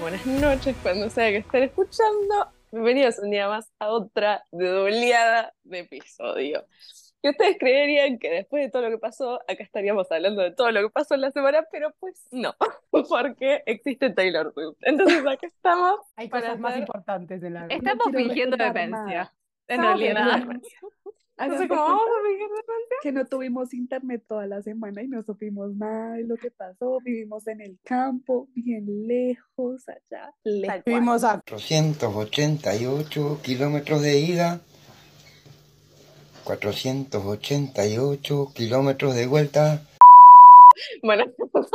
buenas noches, cuando sea que estén escuchando. Bienvenidos un día más a otra dobleada de episodio. Que ustedes creerían que después de todo lo que pasó, acá estaríamos hablando de todo lo que pasó en la semana, pero pues no, porque existe Taylor Swift. Entonces acá estamos. Hay para cosas más hacer- importantes en la vida. Estamos No quiero fingiendo rescatar demencia. más. En Estamos realidad. viendo- Entonces, Hagan como "Ah, de vamos cuenta a seguir de que no tuvimos internet toda la semana y no supimos nada de lo que pasó. Vivimos en el campo, bien lejos, allá, lejos. Vivimos a 488 kilómetros de ida, 488 kilómetros de vuelta. Bueno, entonces,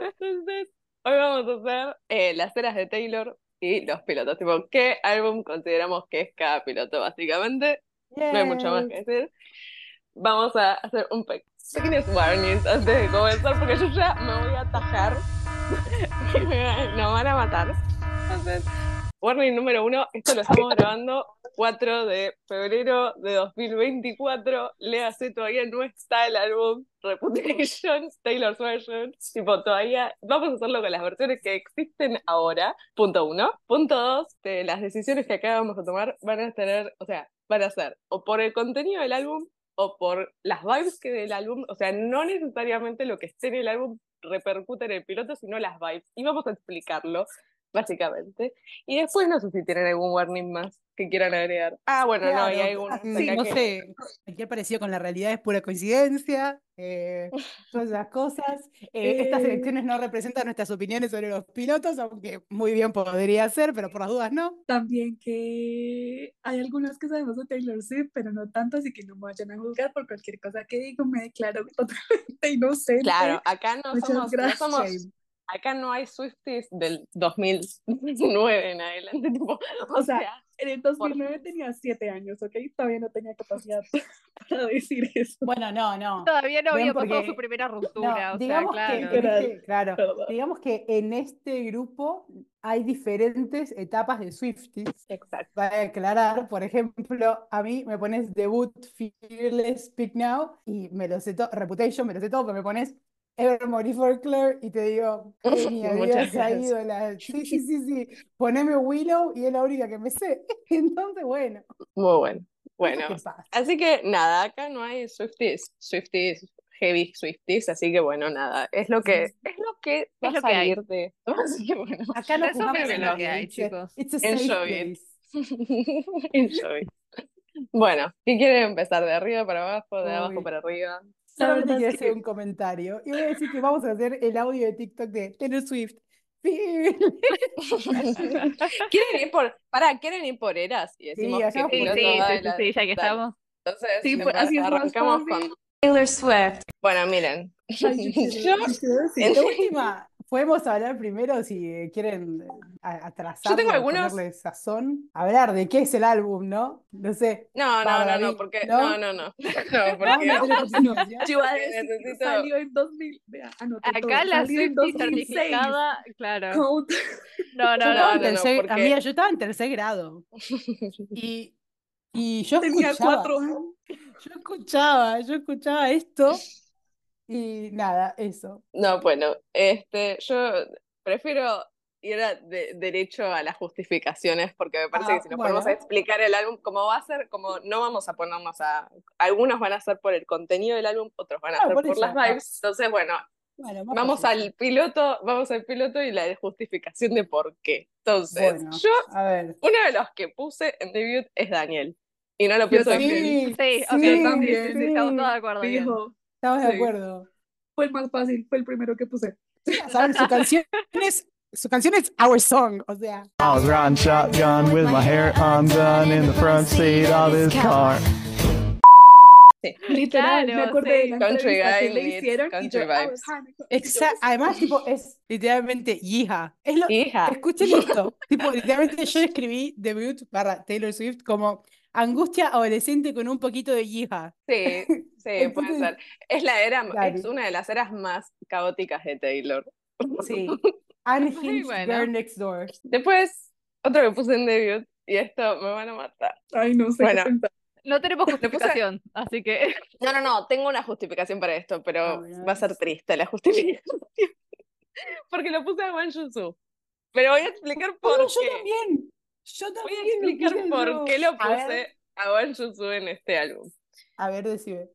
entonces, hoy vamos a hacer eh, las eras de Taylor y los pilotos. Tipo, ¿qué álbum consideramos que es cada piloto, básicamente? No hay mucho más que decir. Vamos a hacer un pe- pequeños warnings antes de comenzar, porque yo ya me voy a atajar y me va- nos van a matar. Entonces, warning número uno, esto lo estamos grabando 4 de febrero de 2024. Léase, todavía no está el álbum Reputation, Taylor's Version. Tipo, todavía vamos a hacerlo con las versiones que existen ahora. Punto uno. Punto dos, de las decisiones que acá vamos a tomar van a tener, o sea, van a ser o por el contenido del álbum o por las vibes que del álbum, o sea, no necesariamente lo que esté en el álbum repercute en el piloto, sino las vibes. Y vamos a explicarlo, básicamente. Y después no sé si tienen algún warning más que quieran agregar. Ah, bueno, no, y Claro, hay algún... Sí, no sé, cualquier parecido con la realidad es pura coincidencia, eh, todas las cosas. Eh, estas Eh. elecciones no representan nuestras opiniones sobre los pilotos, aunque muy bien podría ser, pero por las dudas no. También que hay algunos que sabemos de Taylor Swift, pero no tanto, así que no me vayan a juzgar por cualquier cosa que digo. Me declaro totalmente inocente. Claro, acá no Muchas somos, no gracias. somos acá no hay Swifties del 2009 en adelante, tipo, o O sea, sea, En el 2009 tenía 7 años, ¿ok? Todavía no tenía capacidad para decir eso. Bueno, no, no. Todavía no había Vean, porque- pasado su primera ruptura. No, o sea, digamos que claro. en este- claro, Perdón. digamos que en este grupo hay diferentes etapas de Swifties. exacto. Para aclarar, por ejemplo, a mí me pones debut, Fearless, Speak Now y me lo sé todo, Reputation, me lo sé todo, pero me pones Evermore y Folklore y te digo, genia, Muchas diosa, gracias. ídola. Sí, sí, sí, sí. Poneme Willow y es la única que me sé. Entonces, bueno, Muy bueno. ¿qué Bueno, pasa? así que nada, acá no hay Swifties, Swifties, heavy Swifties, así que bueno, nada, es lo que es lo que va Es lo a que hay. salir de esto, así que bueno, Acá nos Eso jugamos menos en lo la que hay, vida, ¿viste? chicos. It's a En safe Soviet. place. enjoy. Bueno, ¿qué quieren empezar? ¿De arriba para abajo? ¿De abajo Uy. para arriba? La Solamente verdad quiero es hacer que- un comentario. Y voy a decir que vamos a hacer el audio de TikTok de Taylor Swift. Sí, ¿Quieren ir por, para, quieren ir por eras? Y decimos Sí, que hacemos Sí, piloto sí, sí, va sí, adelante. sí, ya que Dale. estamos. Entonces, em, Sí, pues, así es más arrancamos fácil. con Bueno, miren. Ay, yo quiero- yo quiero decir- de última, podemos hablar primero si eh, quieren eh, a- atrasarlo, Yo tengo algunos- ponerle sazón, hablar de qué es el álbum, ¿no? No sé. No, no, no, Bárbara, no, di- porque no, ¿no? no, no. No, ¿Vamos porque a tener continuación? Yo iba a Porque decir, necesito- salió en 2000, vea, anoté todo, Acá la salió en Swifty 2006. certificada. Claro. Count. No, Yo no, estaba no. en no, tercer- porque- amiga, yo estaba en tercer grado. Y, y yo tenía escuchaba. cuatro años. Yo escuchaba, yo escuchaba esto y nada, eso. no, bueno, este, yo prefiero ir a- de- derecho a las justificaciones porque me parece Ah, que si nos bueno. ponemos a explicar el álbum, como va a ser, como no vamos a ponernos a, algunos van a ser por el contenido del álbum, otros van a Ah, ser por por eso, las ah. vibes. Entonces, bueno, Bueno, más vamos fácil. al piloto, vamos al piloto y la justificación de por qué. Entonces, Bueno, yo a ver. Uno de los que puse en debut es Daniel. Y no lo pienso decir. Sí, Sí, ok, sí, sí, también, sí, sí, sí. estamos todos de acuerdo. bien. Dijo, Estamos de Sí. acuerdo. fue el más fácil, fue el primero que puse. ¿Saben? Su canción es, su canción es Our Song, o sea. I was riding shotgun with my hair undone in the front seat of this car. Literal, me Claro, acordé de sí. la Country entrevista que guy le meets hicieron y country yo, ah, vibes. bueno, y yo, Exa- Además, tipo, es literalmente hija. Es lo, Hija. escuchen esto. tipo, literalmente yo escribí debut para Taylor Swift como angustia adolescente con un poquito de hija. Sí, sí, puede Entonces- ser. Es la era, Dale. es una de las eras más caóticas de Taylor. Sí. Unhinged bueno. Girl Next Door. Después, otro que puse en debut, y esto me van a matar. Ay, no sé qué Bueno. pensar. No tenemos puse- justificación, así que No, no, no, tengo una justificación para esto, pero A ver. va a ser triste la justificación. porque lo puse a Wang Yusu. Pero voy a explicar por Bueno, qué. yo también. Yo Voy a también. lo explicar puse por yo. qué lo A ver, puse a Wang Yusu en este álbum. A ver, decime.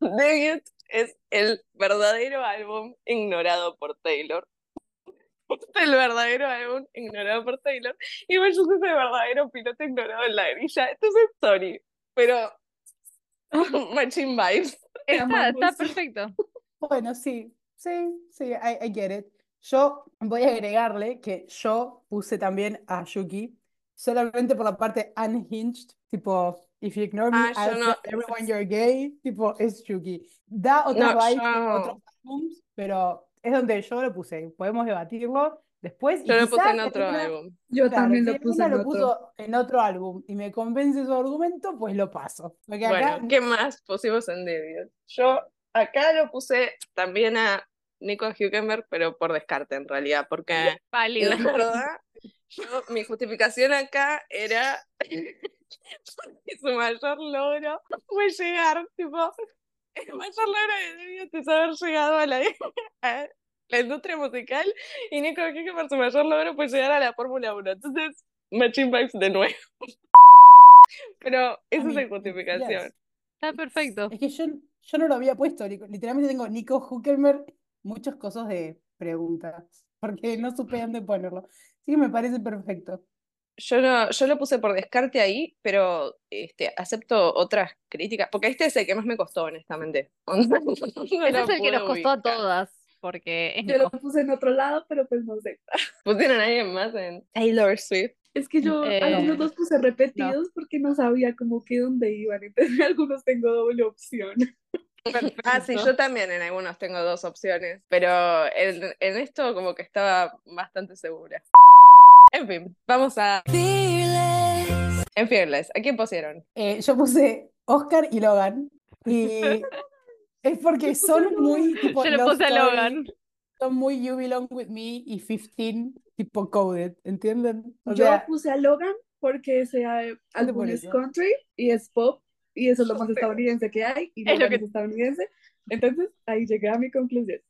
Debut es el verdadero álbum ignorado por Taylor. Es el verdadero álbum ignorado por Taylor. Y Wang Yusu es el verdadero piloto ignorado en la grilla. Entonces, sorry. Pero. Matching vibes. Está, amamos. está perfecto. Bueno, sí, sí, sí, I, I get it. Yo voy a agregarle que yo puse también a Yuki solamente por la parte unhinged, tipo, if you ignore me, Ah, yo I'll no- tell everyone you're gay, tipo, es Yuki. Da otra No, vibe, yo- otros álbums, pero es donde yo lo puse. Podemos debatirlo después y Yo lo puse quizás en otro Elena- álbum. Yo claro, también si lo puse Elena en lo otro. puso en otro álbum y me convence su argumento, pues lo paso. Porque acá Bueno, ¿qué más pusimos en debut? Yo acá lo puse también a Nico Hülkenberg, pero por descarte en realidad, porque Válido. la verdad, yo- mi justificación acá era porque su mayor logro fue llegar, tipo, el mayor logro de Debut es haber llegado a la, a la industria musical y Nico Hülkenberg su mayor logro fue llegar a la Fórmula 1. Entonces, Machine Vibes de nuevo. Pero esa es Amigo, la justificación. yes. Está perfecto. Es que yo, yo no lo había puesto, li- literalmente tengo Nico Huckelmer, muchos cosos de preguntas, porque no supe dónde ponerlo. Sí, me parece perfecto. Yo no, yo lo puse por descarte ahí, pero este, acepto otras críticas, porque este es el que más me costó, honestamente. Ese es el que nos costó a todas, porque es Yo lo Nico. puse en otro lado, pero pues no sé. Pusieron a alguien más en Taylor Swift. Es que yo Eh, algunos los puse repetidos porque no sabía como que dónde iban. Entonces algunos tengo doble opción. Ah, sí, yo también en algunos tengo dos opciones, pero en, en esto como que estaba bastante segura. En fin, vamos a... En Fearless, ¿a quién pusieron? Eh, yo puse Oscar y Logan, y es porque Yo puse son Logan. muy tipo Yo le Love puse a Story, Logan. son muy You Belong With Me y 15 tipo Coded, ¿entienden? O Yo sea, puse a Logan porque ese eh, Ponte álbum por es eso. country y es pop y eso es lo más estadounidense que hay y Es lo Logan que- es estadounidense. Entonces ahí llegué a mi conclusión.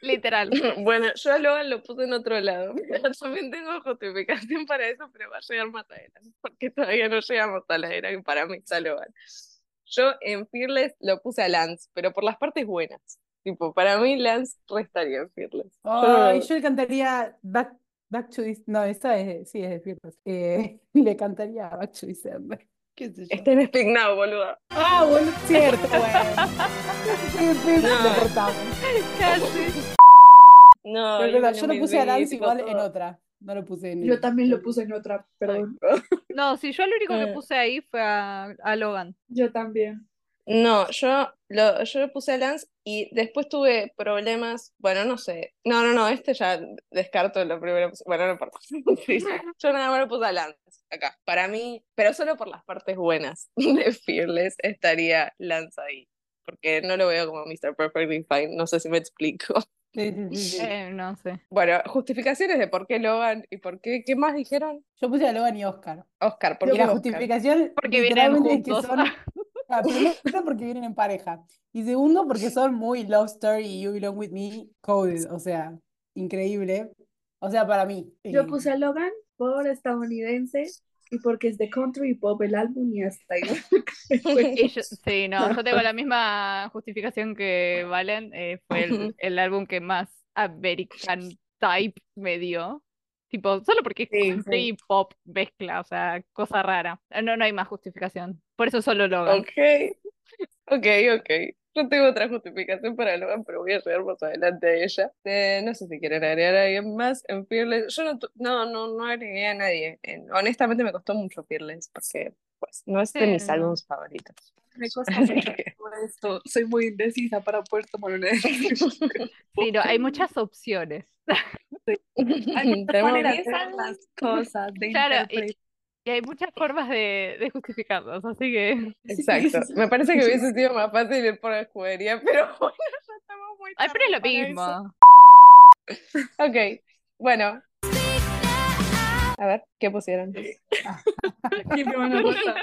Literal. Bueno, yo a Logan lo puse en otro lado. También tengo justificación para eso, pero va a llegar más adelante, porque todavía no llegamos a la era que para mí está Logan. Yo en Fearless lo puse a Lance, pero por las partes buenas. Tipo, para mí Lance restaría en Fearless. ay, yo le cantaría Back, Back to Dec- no, esta es, de- sí, es de Fearless. Eh, le cantaría Back to December, qué sé yo. Está en Speak Now, boluda. Ah, bueno, es cierto, güey. Sí, sí, No. lo cortamos. Casi. No, Pero es yo verdad, no yo lo me puse a vi, Lance tipo, igual todo. en otra. No lo puse en Yo el- también lo puse en otra, perdón. No, sí, yo lo único que Eh. puse ahí fue a, a Logan. Yo también. No, yo lo, yo lo puse a Lance y después tuve problemas, bueno, no sé, no, no, no, este ya descarto lo primero, bueno, no importa, Sí, yo nada más lo puse a Lance acá, para mí, pero solo por las partes buenas de Fearless estaría Lance ahí, porque no lo veo como Mr. Perfectly Fine, no sé si me explico. Sí, sí, sí, sí. Eh, no sé. Bueno, justificaciones de por qué Logan y por qué, ¿qué más dijeron? Yo puse a Logan y Oscar. Oscar, ¿por Y qué la Oscar? justificación Porque vienen literalmente es que juntos. son. Ah, Primero porque vienen en pareja. Y segundo porque son muy Love Story y You Belong With Me coded. O sea, increíble. O sea, para mí. Yo eh, puse a Logan por estadounidense y porque es de country y pop el álbum y hasta ahí. Y yo- sí, no, yo tengo la misma justificación que Valen. eh, fue el, el álbum que más American Type me dio. Tipo, solo porque es Sí, country sí. y pop mezcla, o sea, cosa rara. Eh, No, no hay más justificación. Por eso solo Logan. Ok, ok, ok. Yo tengo otra justificación para Logan, pero voy a llegar más adelante a ella. Eh, no sé si quieren agregar a alguien más en Fearless. Yo no, tu- no, no, no agregué a nadie. En- honestamente me costó mucho Fearless porque pues, no es de mis Sí. álbumes favoritos. Me cuesta mucho esto. Soy muy indecisa para poder tomar una decisión. Sí, no, hay muchas opciones. Tenemos manera de 10 ver álbumes. las cosas, de Claro, y, interpretar. y hay muchas formas de, de justificarlos, así que Exacto. Me parece que hubiese sido más fácil ir por la escudería, pero bueno, ya estamos muy Ay, pero es lo tarde para eso. mismo. Ok, bueno. A ver, ¿qué pusieron? Y me van a votar.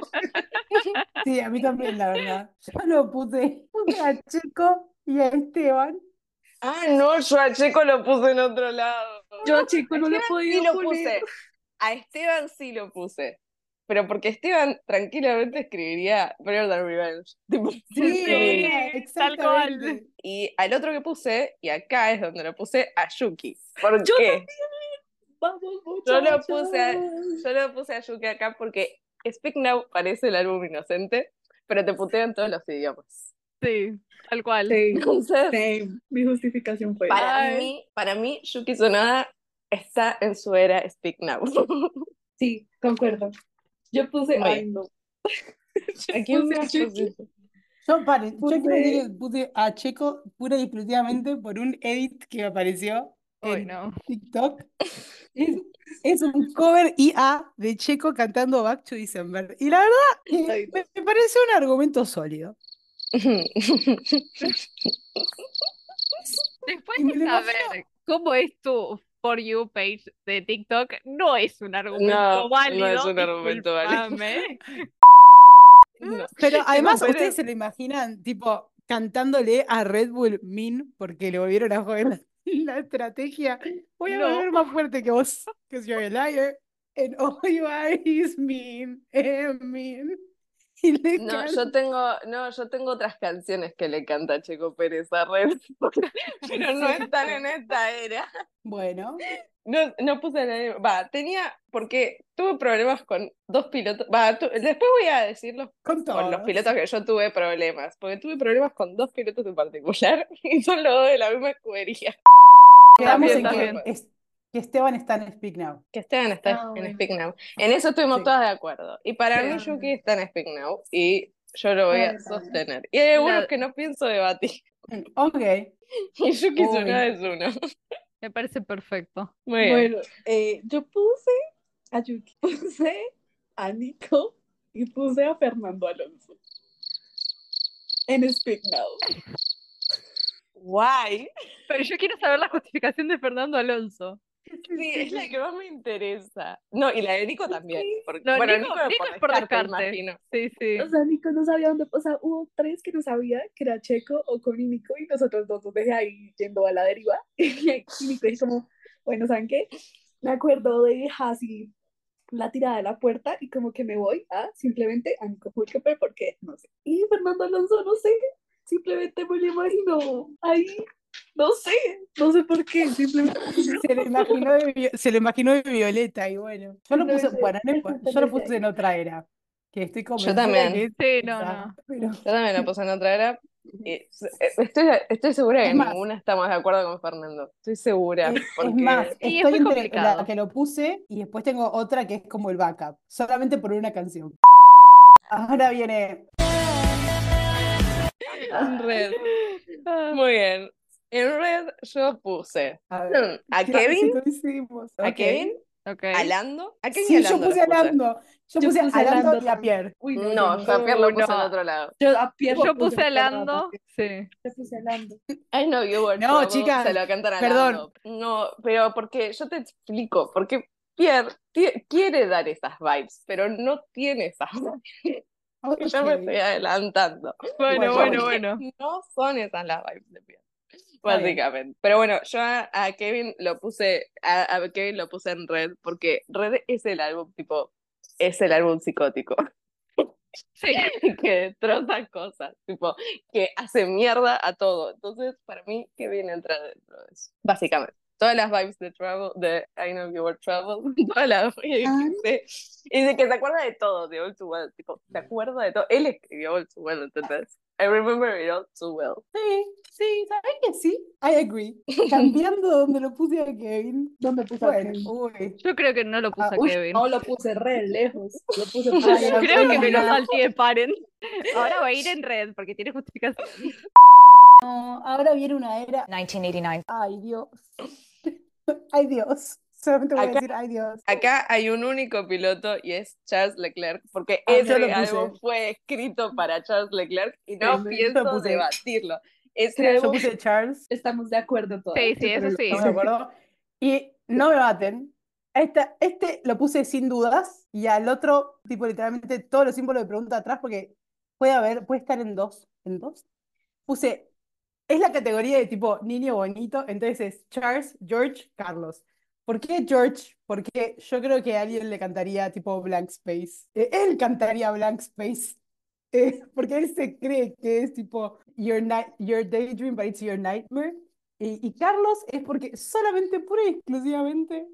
Sí, a mí también, la verdad. Yo lo puse, puse a Chico y a Esteban Ah, no, yo a Checo lo puse en otro lado. Yo a Checo no lo he Esteban podido sí lo poner. puse. A Esteban sí lo puse. Pero porque Esteban tranquilamente escribiría Better Than Revenge. Tipo, Sí, sí. tal cual. exactamente. Y al otro que puse, y acá es donde lo puse, a Yuki. ¿Por Yo qué? también. Vamos, Yo muchachos. lo puse a- Yo lo puse a Yuki acá porque Speak Now parece el álbum inocente, pero te putean todos los idiomas. Sí, tal cual. Same, Entonces, same. Mi justificación fue. Para Ay. mí, para mí, Yuki Tsunoda está en su era Speak Now. Sí, concuerdo. Yo puse. Muy ay, bien. no. Yo ¿A quién puse a se Chucky. Yo, paren, yo quiero decir Puse- que puse a Checo pura y exclusivamente por un edit que me apareció Uy, en no. TikTok. Es, es un cover IA de Checo cantando Back to December. Y la verdad, que Ay, no. me, me parece un argumento sólido. Después Y me de lo saber cómo es tu For You page de TikTok, no es un argumento No, no válido. es un argumento válido. disculpame. Ah, No. Pero además, pero- ustedes se lo imaginan, tipo, cantándole a Red Bull Min porque le volvieron a joder la, la estrategia. Voy a No. volver más fuerte que vos, because you're a liar. And all you are is mean, eh, mean. Y le No, canta. yo tengo, no, yo tengo otras canciones que le canta Checo Pérez a Red, Bull, pero no están en esta era. Bueno, No, no puse a nadie. Va, tenía, porque tuve problemas con dos pilotos. Va, tu- después voy a decir los con con los todos. pilotos que yo tuve problemas, porque tuve problemas con dos pilotos en particular y son los dos de la misma escudería. Quedamos También, en que, también. es- que Esteban está en Speak Now. Que Esteban está Ah, en bueno. Speak Now. En eso estuvimos Sí. todas de acuerdo. Y para Sí. mí Yuki está en Speak Now y yo lo voy a Vale, vale. sostener. Y hay algunos La- que no pienso debatir. Mm, Ok. Y Yuki Uy. Tsunoda es uno. Me parece perfecto. Muy bien. Bueno, eh, yo puse a Yuki, puse a Nico y puse a Fernando Alonso. En Speak Now. Guay. Pero yo quiero saber la justificación de Fernando Alonso. Sí, es la que más me interesa. No, y la de Nico también. porque- No, bueno, Nico- Nico, es Nico por es por descarte, descarte. imagino. Sí, sí. O sea, Nico no sabía dónde, o sea, hubo tres que no sabía que era Checo o con Nico y nosotros dos nos dejé ahí yendo a la deriva. Y Nico es como, bueno, ¿saben qué? Me acuerdo de así la tirada de la puerta y como que me voy a simplemente a Nico Hulkeper porque no sé. Y Fernando Alonso, no sé, simplemente me lo imagino ahí, no sé, no sé por qué, simplemente. Se lo imaginó de, vi- se lo imaginó de Violeta y bueno. Yo lo No puse, sé, bueno, no es importa, bastante yo lo puse serio. en otra era. Que estoy convencida también. que es Sí, no, esa, no. pero- Yo también la puse en otra era. y se- eh, Estoy, estoy segura Es que más- ninguna está más de acuerdo con Fernando. Estoy segura. Es, es porque- más, Y es estoy muy entre complicado. la que lo puse y después tengo otra que es como el backup, solamente por una canción. Ahora viene. En red. Ah, Muy bien. En red yo puse A ver, a quiero ver si Kevin, coincidimos. a Ok. Kevin, ok. a Lando. ¿A Kevin y Sí, a yo Lando puse los a Lando. Yo Yo puse a puse a Lando Lando y a también. Pierre. Uy, No, yo a Pierre lo puse en otro lado. Yo a Pierre Yo lo puse a por rata, Lando. Sí. yo puse a Lando. I know you were No, trouble, chicas, se lo cantan a perdón. Lando. No, pero porque yo te explico, porque Pierre ti- quiere dar esas vibes, pero no tiene esas vibes. Yo me Ok. estoy adelantando. Bueno, Bueno, bueno, bueno. No son esas las vibes de Pierre. Está bien. Básicamente. Pero bueno, yo a, a Kevin lo puse, a, a Kevin lo puse en red, porque red es el álbum tipo, es el álbum psicótico, Sí. que destroza cosas, tipo, que hace mierda a todo. Entonces, para mí, Kevin entra dentro de eso. Básicamente. Todas las vibes de Trouble, de I Know You Were Trouble, todas las vibes Ah. de- Y de que se acuerda de todo, de All Too Well, tipo, se acuerda de todo. Él escribió All Too Well, ¿entendés? I remember it all too well. Sí, sí, ¿sabes que sí? I agree. Cambiando donde lo puse a Kevin. ¿Dónde puse a Bueno, Kevin? uy. Yo creo que no lo puse Ah, a uy, Kevin. No, lo puse re lejos. Lo puse Ay, re no, lejos. Creo que me lo Bueno. salteé, paren. Ahora voy a ir en red porque tiene justificación. No, ahora viene una era. 1989. Ay, Dios. Ay, Dios. Solamente voy a Acá- decir, ay, Dios. Acá hay un único piloto y es Charles Leclerc, porque Ah, yo lo ese puse. álbum fue escrito para Charles Leclerc y Sí, no yo pienso lo puse. debatirlo. Ese Creo- Yo álbum- puse Charles. Estamos de acuerdo todos. Sí, sí, eso sí. ¿Estamos de acuerdo? Y no me maten. Esta, este lo puse sin dudas y al otro, tipo, literalmente todos los símbolos de pregunta atrás porque puede haber, puede estar en dos. ¿En dos? Puse es la categoría de tipo niño bonito, entonces es Charles, George, Carlos. ¿Por qué George? Porque yo creo que a alguien le cantaría tipo Blank Space. Eh, él cantaría Blank Space. Eh, porque él se cree que es tipo your, night, your daydream, but it's your nightmare. Y, y Carlos es porque solamente, pura y exclusivamente,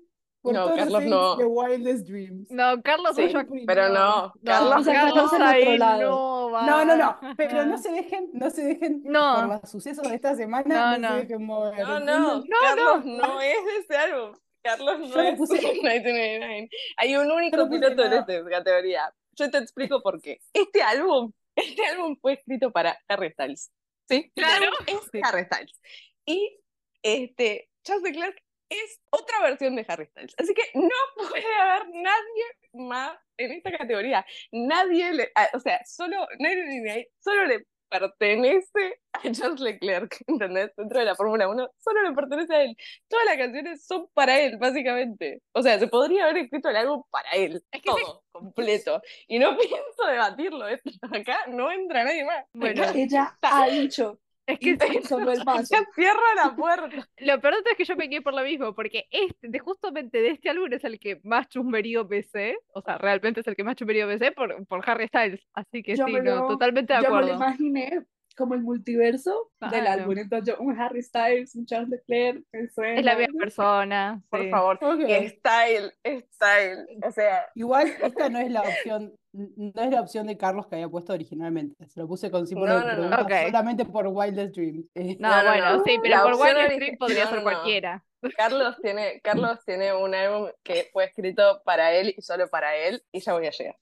por No, todos los Carlos seis no. de Wildest Dreams. No, Carlos Sí, Ulloa- pero no, Carlos- Carlos en ahí otro lado. no va. No, no, no, pero no se dejen, no se dejen Ah. No. por los sucesos de esta semana, No, no, no. se dejen mover. No, no, ¿entienden? Carlos no. es de ese álbum. Carlos no Yo lo es puse- 1999. Hay un Yo único lo puse piloto en nada. esta categoría. Yo te explico por qué. Este álbum, este álbum fue escrito para Harry Styles. ¿Sí? Claro. Este álbum Es Harry Styles. Y este, Charles de Klerk es otra versión de Harry Styles. Así que no puede haber nadie más en esta categoría. Nadie le, a- o sea, solo 1999 solo le pertenece a Charles Leclerc, ¿entendés? Dentro de la Fórmula 1, solo le pertenece a él. Todas las canciones son para él, básicamente. O sea, se podría haber escrito el álbum para él, Es que todo, completo. Y no pienso debatirlo, ¿eh? acá no entra nadie más. Bueno, Acá Ella está. ha dicho, Es que y sonó el vaso. ya cierra la puerta. lo peor de todo es que yo me guié por lo mismo, porque este, de justamente de este álbum es el que más chumberío besé, o sea, realmente es el que más chumberío besé por, por Harry Styles, así que Yo sí, me no, lo- totalmente de Yo me lo acuerdo. imaginé como el multiverso del Claro. álbum. Entonces, yo, un Harry Styles, un Charles Leclerc, eso es la misma persona, Por sí. favor. Ok. Style, style. O sea, Igual esta no es la opción, no es la opción de Carlos que había puesto originalmente. Se lo puse con No, símbolo de no, no. pregunta Ok. solamente por Wildest Dreams. Eh, No, No, no, bueno, no. sí, pero La por opción Wildest origi- Dream podría no, ser no. cualquiera. Carlos tiene, Carlos tiene un álbum que fue escrito para él y solo para él, y ya voy a llegar.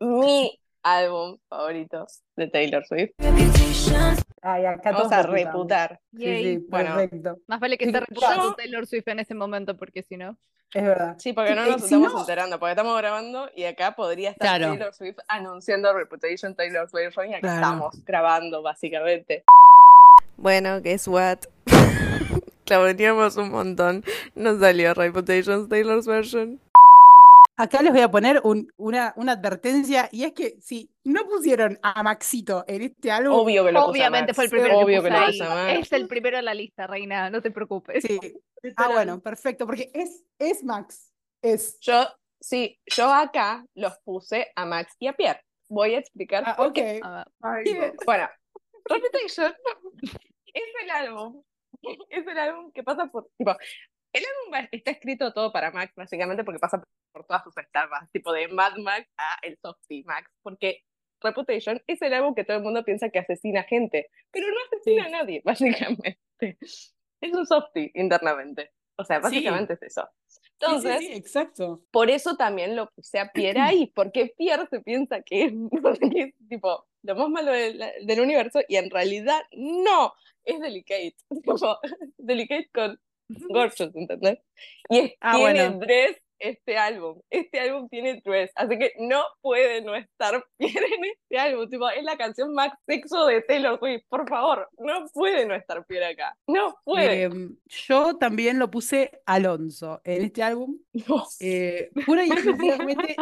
Mi álbum favorito de Taylor Swift. ay, acá Vamos todos a reputamos. reputar. Sí, Yay. sí, Bueno. perfecto. Más vale que Sí, esté yo- reputando Taylor Swift en este momento, porque si no. Es verdad. Sí, porque no Sí, nos si estamos no- enterando, porque estamos grabando y acá podría estar Claro. Taylor Swift anunciando Reputation Taylor Swift y acá Claro. estamos grabando básicamente. Bueno, guess what? La veníamos un montón. Nos salió Reputations Taylor's version. Acá les voy a poner un- una, una advertencia y es que si no pusieron a Maxito en este álbum, Obvio que lo puse a Obviamente Max, fue el primero Obvio que que puse lo ahí. puse a Max. Es el primero en la lista, reina, no te preocupes. sí. Ah, bueno, perfecto, porque es, es Max. Es. Yo, sí, yo acá los puse a Max y a Pierre. Voy a explicar Ah, por ok. qué. Ah, Bueno, Reputation es el álbum. Es el álbum que pasa por. Tipo, el álbum va- está escrito todo para Max, básicamente, porque pasa por todas sus etapas, tipo de Mad Max a el Softy Max, porque Reputation es el álbum que todo el mundo piensa que asesina gente, pero no asesina a nadie, básicamente. Es un Softy internamente. O sea, básicamente es eso. Sí, sí, Entonces, sí, exacto. por eso también lo puse a Pierre ahí, porque Pierre se piensa que es, que es, tipo lo más malo del, del universo y en realidad no, es delicate, tipo, delicate con gorgeous, ¿entendés? Y es- Ah, tiene bueno. dress este álbum, este álbum tiene dress, así que no puede no estar Pierre en este álbum, tipo, es la canción más sexo de Taylor Swift, por favor, no puede no estar Pierre acá, no puede. Em, yo también lo puse Alonso en este álbum, No. eh, pura y exclusivamente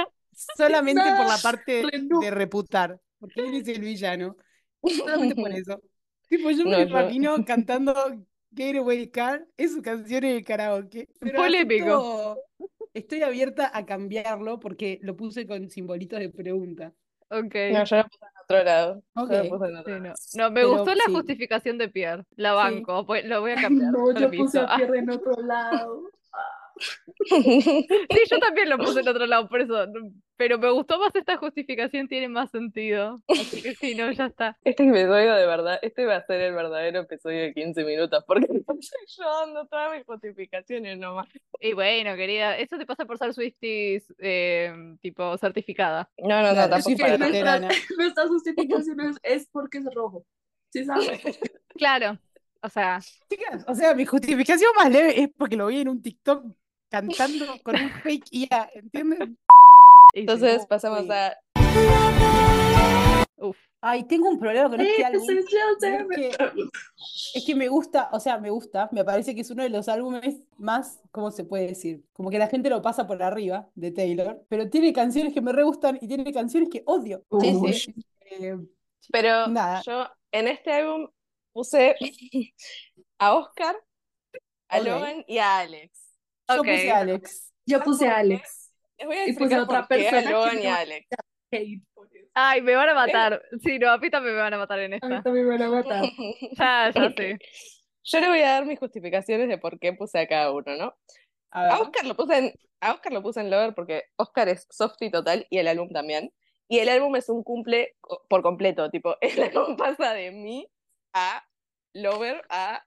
solamente por la parte Renú. de reputar, porque él es el villano, solamente por eso. Tipo, yo No, me yo- imagino cantando Getaway Car, es su canción en el karaoke, pero Polémico. acepto- estoy abierta a cambiarlo porque lo puse con simbolitos de pregunta. ok. No, yo lo puse en otro lado. yo lo puse Ok. en otro Sí, no. lado. No, me Pero gustó la sí. justificación de Pierre. La banco, voy- lo voy a Ay, cambiar. no, yo permiso. puse a Ah, Pierre en otro lado. sí, yo también lo puse en otro lado, por eso. no- Pero me gustó más esta justificación, tiene más sentido. Así que sí, no, ya está. Este episodio de verdad, este va a ser el verdadero episodio de 15 minutos, porque estoy yo dando todas mis justificaciones nomás. Y bueno, querida, eso te pasa por ser Swifties eh, tipo certificada. No, no, no, Claro, tampoco sí, para fíjate. tanto. Nuestra, Veterana. nuestra justificación es, es porque es rojo. ¿Sí sabes? Claro, o sea, Chicas, o sea, mi justificación más leve es porque lo vi en un TikTok cantando con un fake IA, ¿entienden? y sí. Entonces pasamos a... Uf. Ay, tengo un problema con este álbum. Ese es Joseph. y Es que, es que me gusta, o sea, me gusta, me parece que es uno de los álbumes más, ¿cómo se puede decir? Como que la gente lo pasa por arriba de Taylor, pero tiene canciones que me re gustan y tiene canciones que odio. Sí, Como, sí. eh, Pero Nada. yo en este álbum puse a Oscar, a Ok. Logan y a Alex. Yo Ok. puse a Alex. Yo puse a Alex. Les voy a Y puse explicar otra por qué a persona que Logan y no- a Alex. Hate por eso. Ay, me van a matar. Sí, no, a mí también me van a matar en A mí esta. también me van a matar. Ya, ya sé. Yo le voy a dar mis justificaciones de por qué puse a cada uno, ¿no? A A ver. Oscar lo puse en, a Oscar lo puse en Lover porque Oscar es softy total y el álbum también. Y el álbum es un cumple co- por completo, tipo, el álbum pasa de mí a Lover a,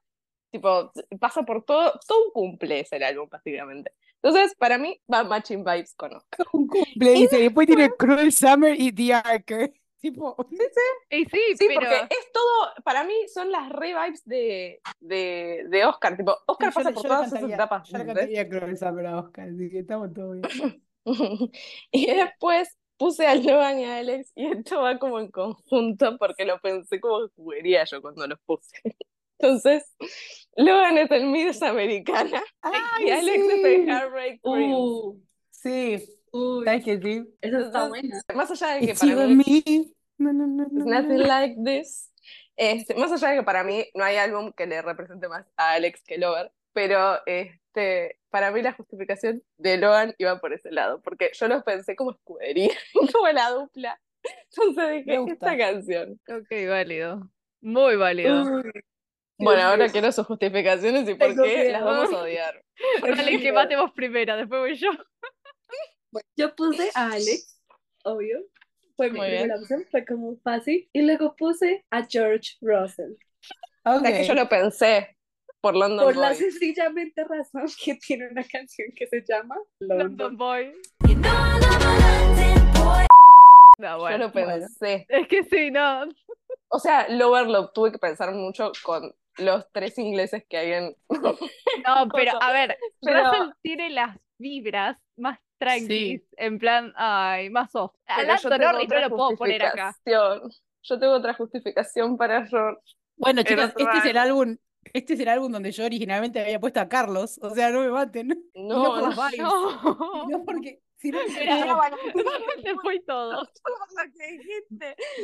tipo, pasa por todo, todo un cumple es el álbum básicamente. Entonces, para mí va matching vibes con Oscar. Un cumple, dice. Después tiene Cruel Summer y The Arker. Tipo, Y sí, Sí, pero. porque es todo, para mí son las re vibes de, de, de Oscar, tipo, Oscar yo pasa le- por yo le todas esas cantaría- etapas. yo le ¿entendés? cantaría Cruel Summer a Oscar, así que estamos todos bien. Y después puse a Logan y a Alex, y esto va como en conjunto porque lo pensé como juguería yo cuando los puse. Entonces, Logan es el Miss Americana y ¡Ay, Alex es el Heartbreak Prince. Uh, sí! Sí, uy, ¿sabes qué, Dream? esa está buena. Más allá de que It's para even mí me. No, no, no, no, it's no. nothing like this, este, más allá de que para mí no hay álbum que le represente más a Alex que Logan, pero este, para mí la justificación de Logan iba por ese lado, porque yo los pensé como escudería, como la dupla. Entonces dije, Me gusta. esta canción. Ok, válido. Muy válido. Uy, Bueno, Dios ahora mío. quiero sus justificaciones y por Tengo qué miedo. las vamos a odiar. Dale, que matemos primero, después voy yo. Yo puse a Alex, obvio. Fue mi Muy primera opción, fue como fácil. Y luego puse a George Russell. O sea, que yo Ok. lo pensé por London Por Boy. la sencillamente razón que tiene una canción que se llama London London. Boy. No, Yo bueno. lo pensé. Es que sí, no. O sea, Lover lo tuve que pensar mucho con los tres ingleses que hay en... No, pero a ver, Pero- Russell tiene las vibras más tranquilas, Sí. en plan, ay, más soft. A Pero yo Lando tengo Norris no otra lo puedo poner acá. justificación. Yo tengo otra justificación para George. Bueno, Pero chicas, este raro. es el álbum, este es el álbum donde yo originalmente había puesto a Carlos, o sea, no me maten. No, por no, las vibes. No. Y No porque, si no, Era- Se fue todo.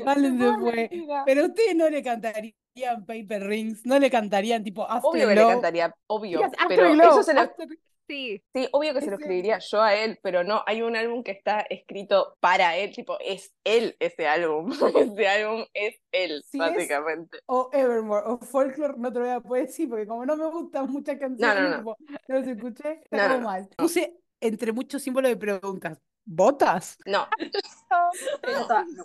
Valen se fue. Pero ustedes no le cantarían Paper Rings, no le cantarían tipo After Obvio que le Glow. cantaría, obvio. Chicas, After Pero Glow, eso se lo After- Sí, Sí, obvio que se lo Ese- escribiría yo a él, pero no, hay un álbum que está escrito para él, tipo, es él ese álbum, ese álbum es él, Sí, es- básicamente. o Evermore, o Folklore, no te lo voy a poder decir porque como no me gustan muchas no, canciones, no. tipo, no las escuché, está No, no, como no. mal. Puse entre muchos símbolos de preguntas, ¿botas? No, no.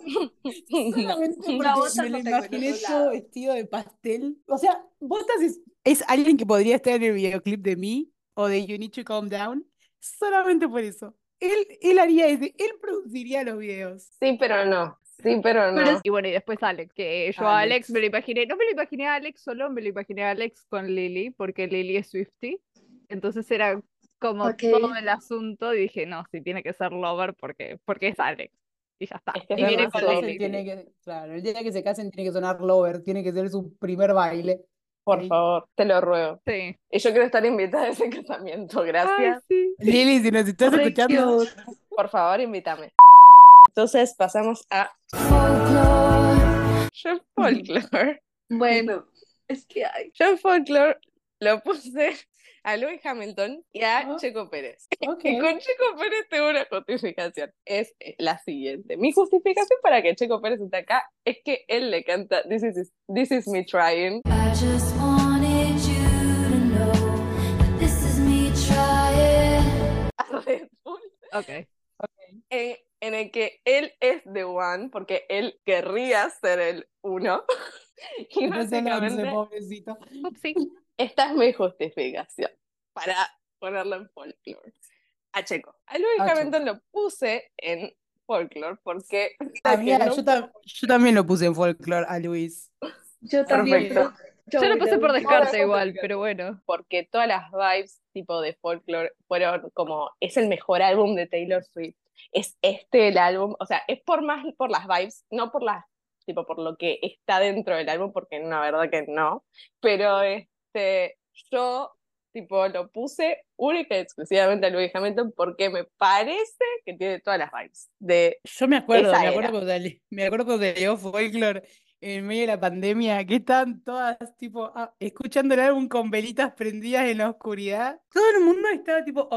Solamente No, porque botas me no lo tengo en imaginé otro todo lado. vestido de pastel. O sea, Botas es, es alguien que podría estar en el videoclip de mí o de You Need to Calm Down, solamente por eso. Él, él haría ese, él produciría los videos. Sí, pero no, sí, pero no. y bueno, y después Alex, que yo a Alex Alex. me lo imaginé, no me lo imaginé a Alex solo, me lo imaginé a Alex con Lily, porque Lily es Swifty, entonces era como Ok. todo el asunto, y dije, no, sí, tiene que ser Lover, porque, porque es Alex, y ya está, Es que y es viene verdad, con se Entonces Lily. tiene que, claro, el día que se casen tiene que sonar Lover, tiene que ser su primer baile. Por favor, te lo ruego. Sí. Y yo quiero estar invitada a ese casamiento, gracias. Ay, sí. Lili, si nos estás Re escuchando, cute. Por favor, invítame. Entonces pasamos a Yo Folklore. Bueno, es que hay. Yo Folklore lo puse a Louis Hamilton y a Ah. Checo Pérez. ok. Y con Checo Pérez tengo una justificación. Es eh, la siguiente. Mi justificación para que Checo Pérez esté acá es que él le canta This is, this is me trying. a Red Bull, Ok. En, en el que él es the one porque él querría ser el uno. Y Entonces, no, entonces, básicamente pobrecito. Upsi. esta es mi justificación para ponerlo en folklore. A Checo. A Luis A Ah, Checo. Hamilton lo puse en folklore porque... Amiga, que no Ah, yo, tam- yo también lo puse en folklore a Luis. Yo también. Perfecto. pero Yo lo voy pasé de por última. descarte Ahora, igual, pero bueno. porque todas las vibes tipo de folklore fueron como, es el mejor álbum de Taylor Swift, es este el álbum, o sea, es por más por las vibes, no por las, tipo por lo que está dentro del álbum, porque la verdad que no, pero este, yo tipo lo puse única y exclusivamente a Louis Hamilton porque me parece que tiene todas las vibes de, Yo me acuerdo, Esa me acuerdo era. cuando, le- me acuerdo cuando leo folklore en medio de la pandemia, que están todas tipo ah, escuchando el álbum con velitas prendidas en la oscuridad. Todo el mundo estaba tipo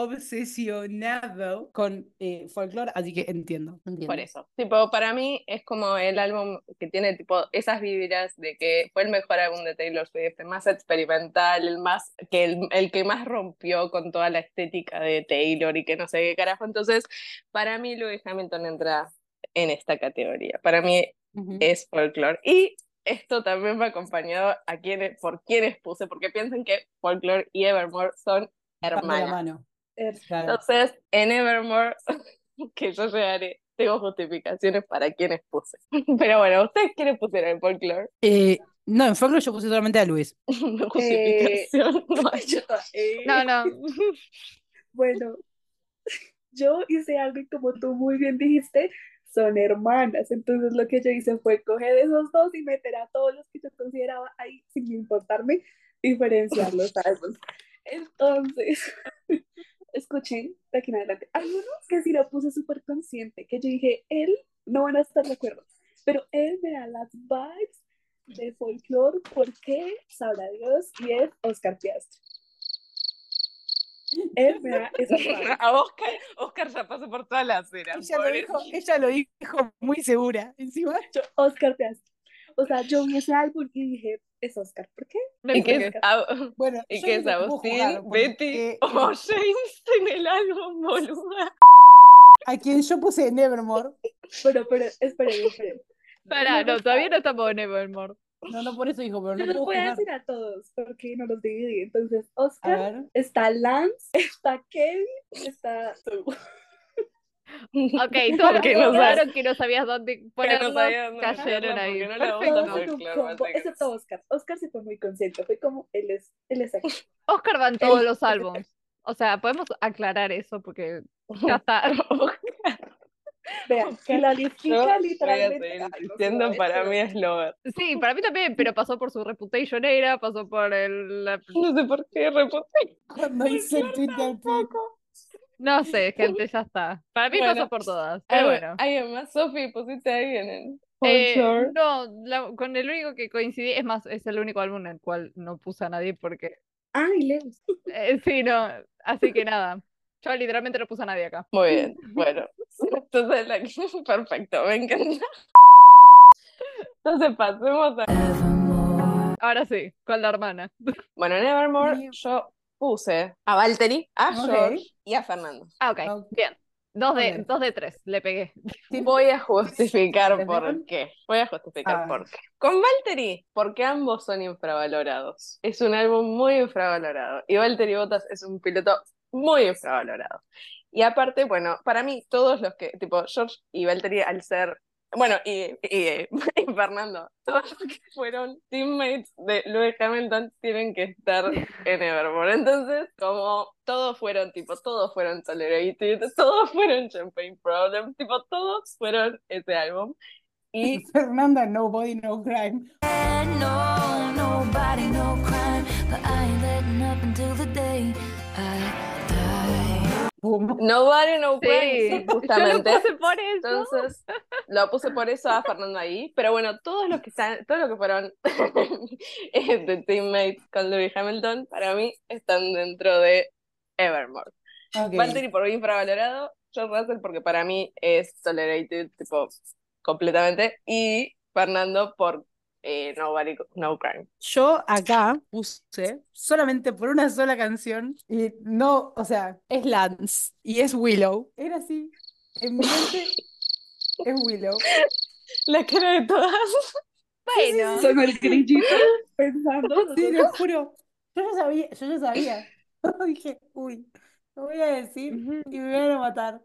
obsesionado con eh, folclore, así que entiendo, entiendo. Por eso. Tipo, para mí es como el álbum que tiene tipo esas vibras de que fue el mejor álbum de Taylor Swift, el más experimental, el más que el, el que más rompió con toda la estética de Taylor y que no sé qué carajo. Entonces, para mí Louis Hamilton entra en esta categoría. Para mí Ujú. es folclore. Y esto también va acompañado a quienes, por quienes puse, porque piensen que folclore y Evermore son Van de la hermanas. mano, Eh, claro. Entonces, en Evermore, que yo llegaré, tengo justificaciones para quienes puse. Pero bueno, ¿ustedes quiénes pusieron en folclore? Eh, no, en folclore yo puse solamente a Luis. No justificación. no hay. eh, No, no. Bueno, yo hice algo y como tú muy bien dijiste, son hermanas. Entonces lo que yo hice fue coger esos dos y meter a todos los que yo consideraba ahí sin importarme diferenciar los álbumes. Entonces, escuchen de aquí en adelante. Algunos que sí lo puse súper consciente, que yo dije, él no van a estar de acuerdo, pero él me da las vibes de folclore porque sabrá Dios y es Oscar Piastri. Él me da esas vibes. A Oscar, Oscar ya pasó por todas las ceras. Ella lo dijo, ella lo dijo muy segura, encima. Yo, Oscar Piastri. O sea, yo vi ese álbum y dije, es Oscar. ¿Por qué? ¿Y qué es, porque- Ab- Bueno, y yo qué no es te puedo Agustín, juzgar, Betty porque, o eh, James en el álbum, boluda? a quien yo puse en Evermore, Pero, pero, esperen, esperen. Pará, No, no, todavía no estamos en Evermore. no, no por eso dijo, pero No no los puedo voy a jugar. decir a todos porque no los dividí. Entonces, A Ah. Oscar, ver, está Lance, está Kevin, está tú. Ok, todos los Porque que no sabes- jugaron que no sabías dónde ponerlo, sabía dónde cayeron ponerlo ahí. porque no la Perfecto. vamos a Todos poner. en un claro, combo, Patrick. excepto Oscar. Oscar se fue muy consciente, fue como él es, él es aquí. Oscar van todos los álbumes. O sea, podemos aclarar eso porque ya está. Vean, que la listica Yo voy a literalmente. seguir Ay, no se insistiendo, va a para ver, mí es Lover. Sí, para mí también, pero pasó por su reputation era, pasó por el... la- No sé por qué reputé. cuando hice el tweet del poco. No sé, gente, ya está. Para mí Bueno. pasó por todas. Pero bueno. Alguien más, Sofi, pusiste a alguien en Eh, Folklore. no, la- con el único que coincidí, es más, es el único álbum en el cual no puse a nadie porque... Ay, Lewis. eh, sí, no, así que nada. Yo literalmente no puse a nadie acá. Muy bien, bueno. Entonces, la... perfecto, me encanta. Entonces, pasemos a. Ahora sí, con la hermana. Bueno, en Evermore, Bien. yo puse a Valtteri, a Ok. George y a Fernando. Ah, ok, Ok. bien. Dos de, Ok. dos de tres, le pegué. Voy a justificar ¿Te por dejan? qué. Voy a justificar A por ver. qué. Con Valtteri, porque ambos son infravalorados. Es un álbum muy infravalorado. Y Valtteri Bottas es un piloto muy infravalorado. Y aparte, bueno, para mí, todos los que, tipo, George y Valtteri, al ser. Bueno, y, y, y Fernando, todos los que fueron teammates de Lewis Hamilton tienen que estar en Evermore. Entonces, como todos fueron, tipo, todos fueron Tolerated, todos fueron Champagne Problem, tipo, todos fueron ese álbum. Y Fernanda, nobody, no crime. Boom. Nobody No Crime, sí, Sí, justamente. yo lo puse por eso. Entonces, lo puse por eso a Fernando ahí. Pero bueno, todos los que están, todos los que fueron eh, de teammates con Lewis Hamilton, para mí están dentro de Evermore. Ok. Valtteri por infravalorado, George Russell porque para mí es tolerated, tipo, completamente, y Fernando por eh, Nobody, No Crime. Yo acá puse solamente por una sola canción y no, o sea, es Lance y es Willow. Era así, en mi mente es Willow. La cara de todas. Bueno, Sonó el grillito pensando. Sí, lo juro. Yo ya sabía, yo ya sabía. Dije, uy, lo voy a decir y me van a matar.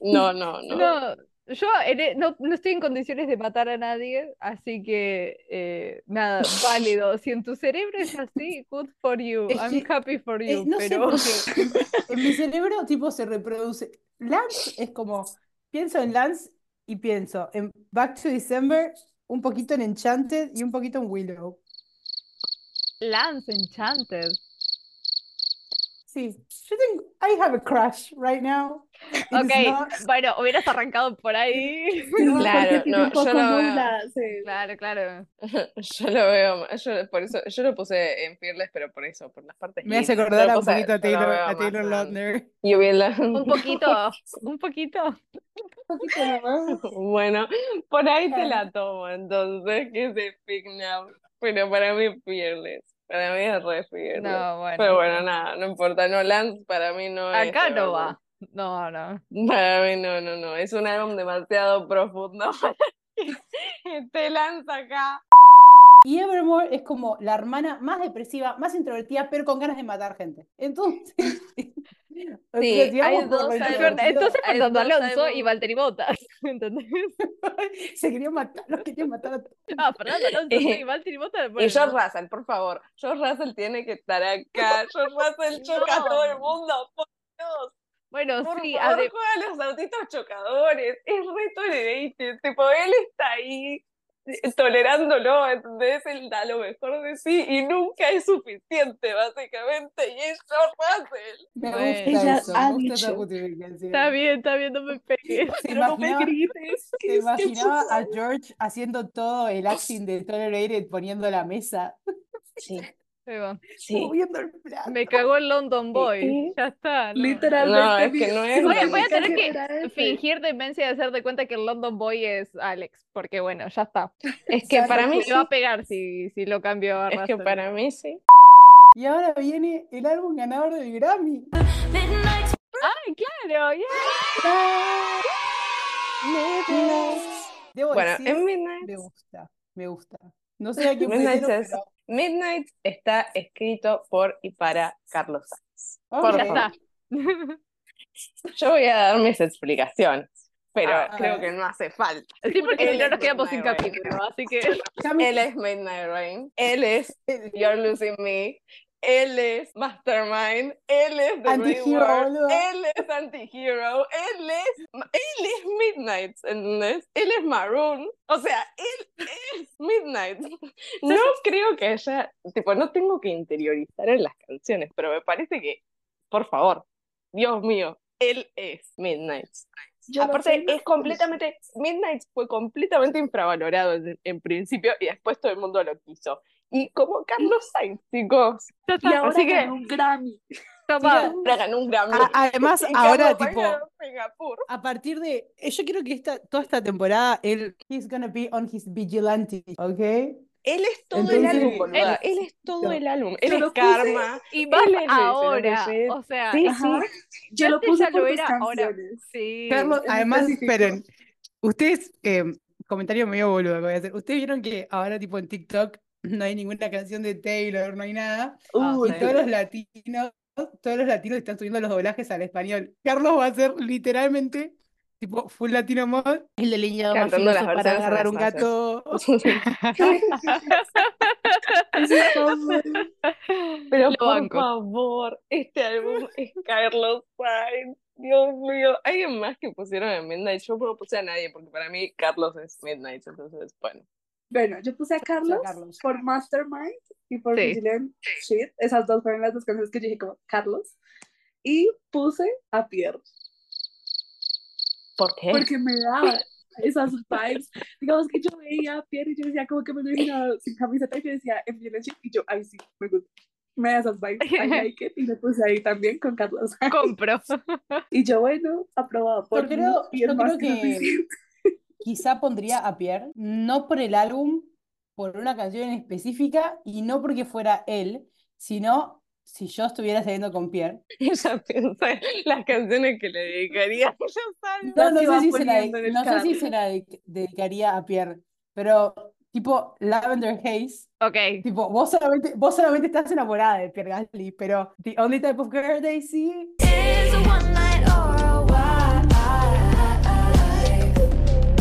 No, no, no. no, yo en e- no, no estoy en condiciones de matar a nadie, así que eh, nada, válido. Si en tu cerebro es así, good for you, Es I'm que- happy for Eh, you, no sé pero por qué. En mi cerebro, tipo, se reproduce. Lance es como, pienso en Lance y pienso en Back to December, un poquito en Enchanted y un poquito en Willow. Lance Enchanted. Sí, yo tengo, I have a crush right now. It is Ok, not- bueno, hubieras arrancado por ahí. Claro, porque no, tiene un yo poco eh. no veo. nula, se- Claro, claro. Yo lo veo, ma- yo, por eso, yo lo puse en Fearless, pero por eso, por las partes Me hace lindas. Yo acordar lo a un puse- poquito yo a lo Taylor, veo a más Taylor grande. Lautner. You will love- Un poquito, un poquito. un poquito nomás. Bueno, por ahí te Ah. la tomo, entonces, que se Speak Now. Pero para mí Fearless, para mí es re Fearless. No, bueno. Pero bueno, nada, no importa, no, Lance para mí no es Acá el no álbum. va. No, no. Para mí no, no, no, es un álbum demasiado profundo para que te Lance acá. Y Evermore es como la hermana más depresiva, más introvertida, pero con ganas de matar gente. Entonces, o Sí, sea, si hay vamos por dos lo álbumes. introvertido, Entonces hay Fernando dos Alonso y álbumes. Valtteri Bottas, ¿entendés? se quería matar, los quería matar a todos. Ah, Fernando Alonso sí, Valtteri Bottas. Y bueno, George no. Russell, por favor, George Russell tiene que estar acá, George Russell choca a todo el mundo, por Dios. Bueno, Por sí, favor, ade- juega a los autitos chocadores. Es re tolerante. Tipo, él está ahí eh, tolerándolo, ¿entendés? Él da lo mejor de sí y nunca es suficiente, básicamente. Y es George Russell. Me Bueno. gusta Ella eso, me ha gusta esa dicho. justificación. está bien, está bien, no me pegues. Se Pero no me imaginaba- grites. se que es que imaginaba a George haciendo todo el acting de Tolerated poniendo la mesa, Sí, Ahí va. sí. moviendo el plato. Me cagó el London Boy, sí. ya está. no. Literalmente. No, este es que no es Voy a- London voy a Boy. tener Era que ese. fingir demencia y hacer de cuenta que el London Boy es Alex, porque bueno, ya está. Es que para mí Me va a pegar si, si lo cambio a Es que Russell. para mí sí. Y ahora viene el álbum ganador del Grammy. ¡Ay, claro! yeah. Debo Bueno, decir, en me Midnight. gusta, me gusta. No sé a quién Midnight metieron, es- Midnight está escrito por y para Carlos Sanz. pero- por Ok. Ya favor. está. Yo voy a dar mis explicaciones, pero Ah, creo ah. que no hace falta. Sí, porque si Él no es nos quedamos sin Midnight Rain. capítulo, así que Ya me- Él es Midnight Rain. Él es el- You're Losing Me. Él es Mastermind. Él es The Great Antihero, World, boludo. Él es Antihero. Él es, él es Midnight. ¿entendés? Él es Maroon. O sea, él es Midnight. No creo que haya. Tipo, no tengo que interiorizar en las canciones, pero me parece que, por favor, Dios mío, él es Midnight. Yo no Aparte, sé, es completamente. Midnight fue completamente infravalorado en, en principio y después todo el mundo lo quiso. Y como Carlos Sainz, chicos. ya Y está. ahora Así que- ganó un Grammy. Toma. Ahora ganó un Grammy. A- Ah, además, Y ahora, Carlos Sainz tipo, ganó Singapur. a partir de. eh, Yo quiero que esta, toda esta temporada él. He's gonna be on his vigilante, ¿ok? Él es todo el Entonces, álbum, boluda. él- Él, es todo el álbum. Yo Él lo es puse. karma. Y más Él es Luis, ahora, entonces- o sea, Sí, Ajá. sí. Yo lo antes puse ya por lo tus era, ahora canciones. sí. Carlos, en además, específico. esperen. Ustedes, eh, comentario medio boludo que voy a hacer. Ustedes vieron que ahora, tipo, en TikTok no hay ninguna canción de Taylor, no hay nada. Ah, Uy, Y sí. todos los latinos, todos los latinos están subiendo los doblajes al español. Carlos va a ser literalmente, tipo, full latino mod, el delineado más Cantando las filoso para versiones en agarrar un francés. gato. eso es todo. Pero Lo por banco. favor, este álbum es Carlos Sainz. Dios mío, alguien más que pusieron en Midnight. Yo no puse a nadie porque para mí Carlos es Midnight. Entonces, bueno. Bueno, yo puse a Carlos, Carlos. por Mastermind y por Sí. Vigilant Shit. Esas dos fueron las dos canciones que yo dije como Carlos. Y puse a Pierre, ¿Por qué? porque me daba esas vibes. Digamos que yo veía a Pierre y yo decía como que me lo imaginaba sin camiseta y yo decía en Vigilant Shit y yo, ay sí, me gusta. Me da esas vibes, I like it, y lo puse ahí también con Carlos. Compro. Y yo, bueno, aprobado Yo por creo, mí, y es yo más creo que suficiente. quizá pondría a Pierre, no por el álbum, por una canción en específica y no porque fuera él, sino si yo estuviera saliendo con Pierre. Ella piensa en las canciones que le dedicaría. Yo sabía. No, no que sé va si se la poniendo de- en el no sé si carro. se la de- dedicaría a Pierre, pero tipo Lavender Haze, Ok. tipo vos solamente, vos solamente estás enamorada de Pierre Gasly, pero the only type of girl they see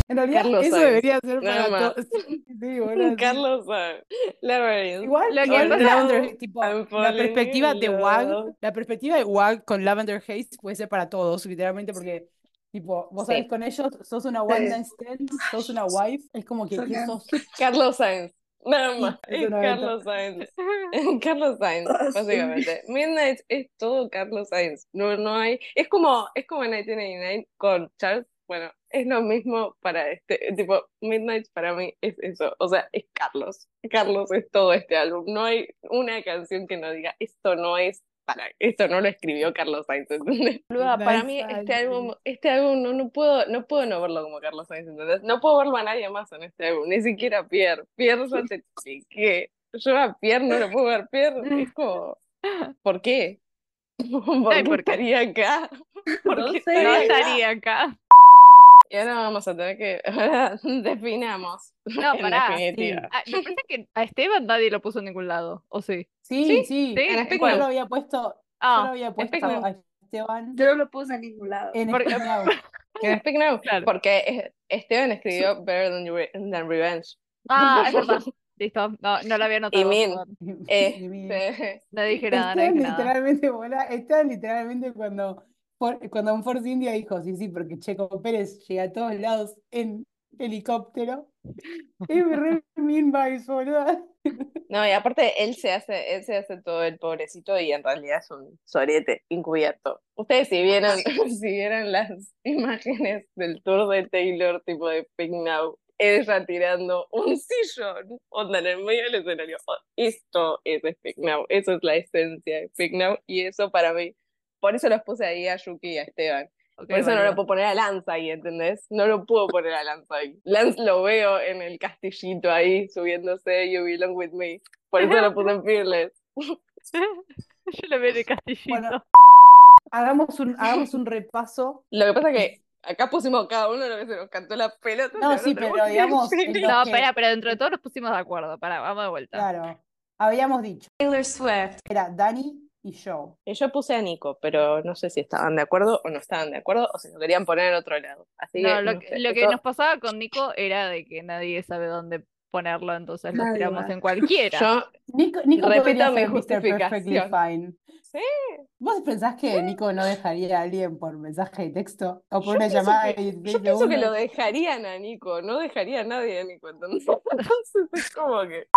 En realidad, Carlos eso Sainz, debería ser nada para más. todos. Sí, boludo, sí. Carlos Sainz. Labyrinth. Igual, Lo que igual pasa- Lavender, tipo, I'm la falling perspectiva in de love. WAG, la perspectiva de WAG con Lavender Haze puede ser para todos, literalmente, porque, tipo, vos Sí. sabés con ellos, sos una Sí. one night stand, sos una wife, es como que, Son ¿qué ganas. sos? Carlos Sainz. Nada más. Eso Es no es Carlos Sainz. Es Carlos Sainz, Ah, sí. básicamente. Midnight es todo Carlos Sainz. No, no hay. Es como, es como en 1999 con Charles. Bueno, es lo mismo para este. Tipo, Midnight para mí es eso. O sea, es Carlos. Carlos es todo este álbum. No hay una canción que no diga esto no es. Para, esto no lo escribió Carlos Sainz, ¿entendés? Boluda, para mí Midnight este Sainz. álbum, este álbum no, no puedo, no puedo no verlo como Carlos Sainz, ¿entendés? No puedo verlo a nadie más en este álbum, ni siquiera a Pierre. Pierre ya te expliqué. Yo a Pierre no lo puedo ver, Pierre es como, ¿por qué? ¿Por Ay, qué ¿por qué? estaría acá? ¿Por No qué sé. estaría No acá? estaría acá. Y ahora vamos a tener que, ahora definamos, No, en pará. definitiva. Ah, me parece que a Esteban nadie lo puso en ningún lado, ¿o sí? Sí, sí. Sí, en aspecto- Yo lo había puesto, yo lo Ah, había puesto espectacular. a Esteban Yo no lo puse en ningún lado. en este Porque- Speak Now. En Speak Now, Claro. porque eh, Esteban escribió Better Than, Re- Than Revenge. ah, es verdad. Listo, no, no lo había notado. Min. perdón. Y mi- Este, No dije nada, no Esteban dije nada. literalmente, bola, Esteban literalmente cuando, for- cuando un Force India dijo, sí, sí, porque Checo Pérez llega a todos lados en helicóptero. Es re mean vibes, boludo. No, y aparte él se hace, él se hace todo el pobrecito y en realidad es un sorete encubierto. Ustedes si vieron, si vieron las imágenes del tour de Taylor, tipo de Pink Now, ella tirando un sillón, onda en el medio del escenario. O- Esto es Speak Now, eso es la esencia de Speak Now y eso para mí, por eso los puse ahí a Yuki y a Esteban. Ok, Por eso no válido. lo puedo poner a Lanza ahí, ¿entendés? No lo puedo poner a Lanza ahí. Lance lo veo en el castillito ahí, subiéndose, You Belong With Me. Por eso lo puse en Fearless. Yo lo veo de castillito. Bueno, hagamos un, hagamos un repaso. Lo que pasa que acá pusimos cada uno lo que se nos cantó la pelota. No, ahora sí, tenemos pero que digamos, en decidir. los No, que- pará, pero dentro de todo nos pusimos de acuerdo. Pará, vamos de vuelta. Claro, habíamos dicho, Taylor Swift. era Dani y yo. Y Yo puse a Nico, pero no sé si estaban de acuerdo o no estaban de acuerdo o si lo querían poner en otro lado. Así No, que, lo, no que- sé, lo que eso- nos pasaba con Nico era de que nadie sabe dónde ponerlo, entonces lo Nadie tiramos va. en cualquiera. Yo, Nico, Nico Repito podría mi ser Mr. Perfectly justificación. Fine. Sí. ¿Vos pensás que Nico no dejaría a alguien por mensaje de texto o por Yo una pienso llamada que- de yo 16 pienso que lo segundos? dejarían a Nico, no dejaría a nadie a Nico, entonces, entonces es como que...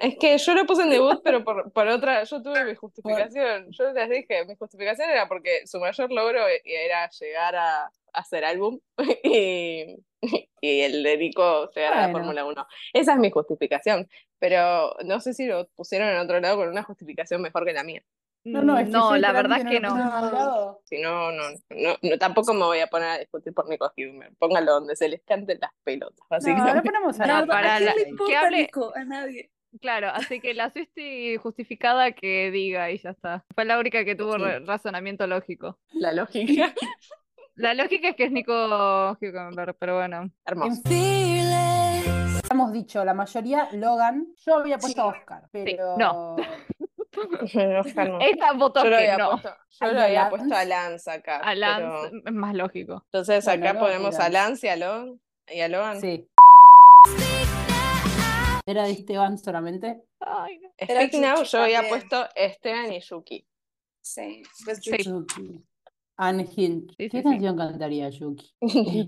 Es que yo lo puse en debut, pero por, por otra, yo tuve mi justificación, yo les dije, mi justificación era porque su mayor logro e- era llegar a, a hacer álbum y, y el de Nico llegar a la Bueno. Fórmula 1. Esa es mi justificación, pero no sé si lo pusieron en otro lado con una justificación mejor que la mía. No, no, es que yo la verdad es que literalmente no. no lo tengo mirado. Si no, no, no, no, tampoco me voy a poner a discutir por Nico Humer. Póngalo donde se les canten las pelotas, No, básicamente. lo ponemos a No, la- para ¿A quién la- le importa, hable- Nico? A nadie. Claro, así que la Swiftie justificada que diga y ya está. Fue la única que tuvo Sí. re- razonamiento lógico. La lógica. La lógica es que es Nico Hülkenberg, pero bueno. Hermoso. Hemos dicho, la mayoría Logan. Yo había puesto a Oscar, pero no. Oscar no. Esta votó Yo lo que había no. puesto, yo Ay, lo ¿y a había Lance? puesto a Lance acá. A Lance pero- es más lógico. Entonces Bueno, acá no, ponemos mira. a Lance y a Logan. Y a Logan. sí. ¿Era de Esteban solamente? Ay, no. Speak Era Yuki Now, yo había también. puesto Esteban y Yuki. Sí, pues yo- Sí. Yuki. Unhinged. Sí, ¿Qué sí, sí. canción cantaría Yuki?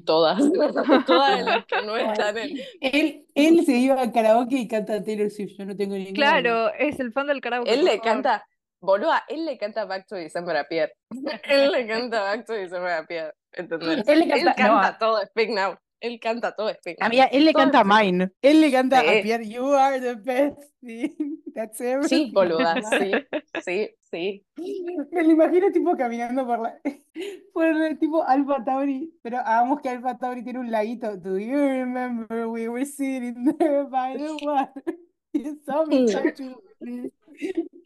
Todas. Todas las que no están en. Él, él se iba a karaoke y canta Taylor Swift. Yo no tengo ni idea. Claro, es el fan del karaoke. Él por le favor. canta, boluda, él le canta Back to December a Pierre. Él le canta Back to December a Pierre. ¿Entendés? Él le Él canta, no, canta a- todo Speak Now. Él canta todo Speak Now. amiga, Ah, él le Todo canta a Speak Now. Mine. Él le canta Sí. a Pierre, You are the best. thing. That's Sí, everything. boluda, sí, sí, sí. Me lo imagino tipo caminando por la por el tipo Alpha Tauri, pero hagamos que Alpha Tauri tiene un laguito. Do you remember we were sitting there by the water? You saw me touch you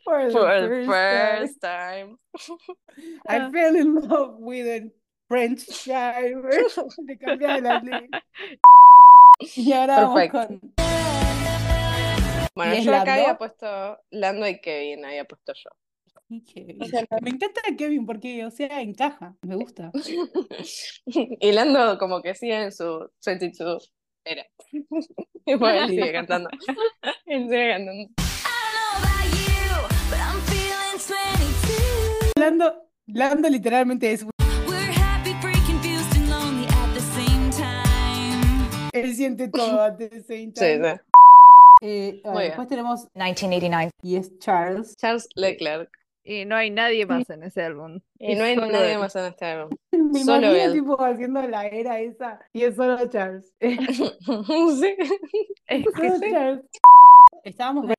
for the For the first time. first time. I fell in love with a French driver. Le cambiaba la letra. Y ahora vamos Perfecto. con Bueno, ¿Y es yo acá Lando? había puesto Lando y Kevin, había puesto yo. Kevin. Me encanta Kevin porque, o sea, encaja. Me gusta. Y Lando como que sigue en su 22 era. Y bueno, él sigue cantando. Él sigue cantando. Lando, Lando literalmente es Él siente todo antes de Sí, sí. Eh, Muy bien. después tenemos 1989. Y es Charles. Charles Leclerc. Y no hay nadie más en ese álbum. Y Es no hay solo nadie él. más en este álbum. Me Solo imagino él. tipo haciendo la era esa y es solo Charles. Es Sí. Es que solo Charles. Estábamos y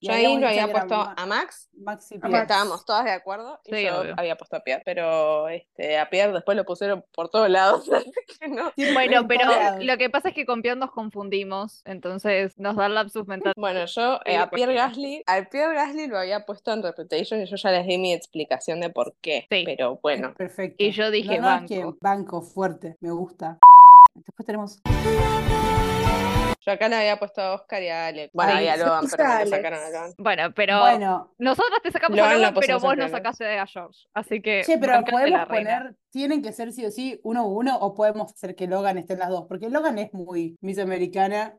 Yo habíamos ahí lo dicho había que era puesto Ma- a Max, Maxi porque Pierce. estábamos todas de acuerdo, y Sí, yo obvio. había puesto a Pierre, pero este, a Pierre después lo pusieron por todos lados, así que no. Siempre Bueno, en pero todos lados. lo que pasa es que con Pierre nos confundimos, entonces nos da lapsus mental. Bueno, yo eh, Sí, a Pierre cualquiera. Gasly, al Pierre Gasly lo había puesto en Reputation y yo ya les di mi explicación de por qué, Sí. pero bueno. Perfecto. Y yo dije No, no, es que banco. banco fuerte, me gusta. Después tenemos Yo acá le había puesto a Oscar y a Alex. Bueno, Ay, y a Logan, pero me lo Alex. sacaron a Logan. Bueno, pero Bueno, nosotras te sacamos Logan a Logan, la pusimos pero en vos nos primero. sacaste a George. Así que che, pero bancate podemos Eh, la reina. poner, tienen que ser sí o sí uno o uno, o podemos hacer que Logan esté en las dos, porque Logan es muy Miss Americana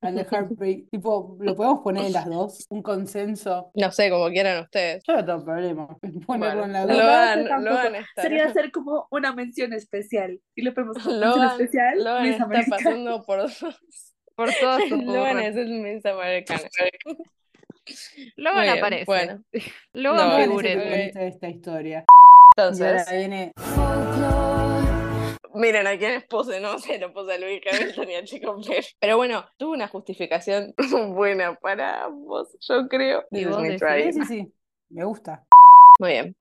and the Heartbreak. Tipo, lo podemos poner en las dos, un consenso. No sé, como quieran ustedes. Yo no tengo problema en ponerlo Bueno, en las No, dos. lo- Logan, no, tampoco. Logan está. Sería hacer como una mención especial. Y le ponemos como mención Logan, especial, Logan Miss está Americana. pasando por dos. Por todos sus Logan burros. es el Miss Americana. Logan Muy bien, aparece. bueno. Logan No, Logan es el figurece. figurete. protagonista de esta historia. Y ahora Entonces, viene miren a quiénes puse, no sé, lo puse a Luis Hamilton y a Chico Pérez. Pero bueno, tuvo una justificación buena para ambos, yo creo. Y This is vos my decís- try. Sí, sí, sí. Me gusta. Muy bien.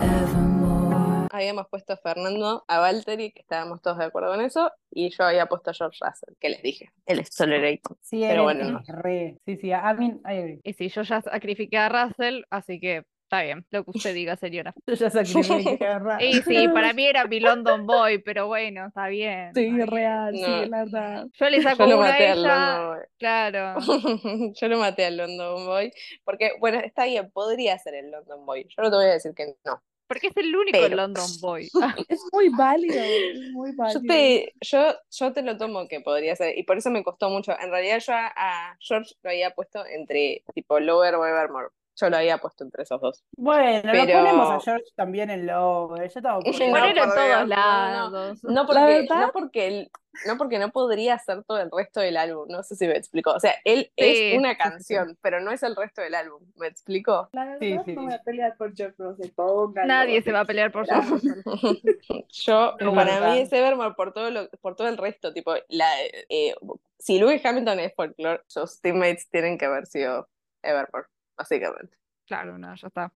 Habíamos puesto a Fernando, a Valtteri, que estábamos todos de acuerdo con eso, y yo había puesto a George Russell, que les dije, él es tolerator. Sí, Pero él bueno, es re. Sí, sí, I mean, I agree. Y si yo ya sacrifiqué a Russell, así que está bien, lo que usted diga, señora. Yo ya sacrifiqué a Ra- Y sí, para mí era mi London Boy, pero bueno, está bien. Sí, real, No. sí, la verdad. Yo le saco Yo lo uno a maté al ella, Lando Boy. claro. Yo lo maté al London Boy, porque bueno, está bien, podría ser el London Boy. Yo no te voy a decir que no. Porque es el único Pero- London Boy. Es muy válido, es muy Yo válido. te, yo, yo te lo tomo que podría ser, y por eso me costó mucho. En realidad yo a, a George lo había puesto entre tipo Lower o Evermore. Yo lo había puesto entre esos dos. Bueno, lo Pero- ponemos a George también en Lover. Yo estaba No, Ponelo en por todos Dios, no, no. lados. No La porque, verdad- no porque él, no porque no podría ser todo el resto del álbum, no sé si me explico. O sea, él Sí, es sí, una sí. canción, pero no es el resto del álbum, ¿me explico? La verdad, Sí, sí. no voy a pelear por George Russell, póngalo. Nadie se va a pelear por George Russell. Yo, Es para verdad. mí es Evermore por todo lo, por todo el resto, tipo, la eh, si Lewis Hamilton es folklore, sus teammates tienen que haber sido Evermore, básicamente. Claro, no, ya está.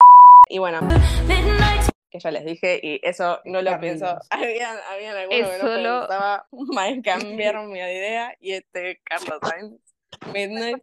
Y bueno, que ya les dije, y eso no lo Carlitos. pienso. Habían, habían algunos Es que no solo- pensaba, me cambiaron mi idea, y este Carlos Sainz, Midnight.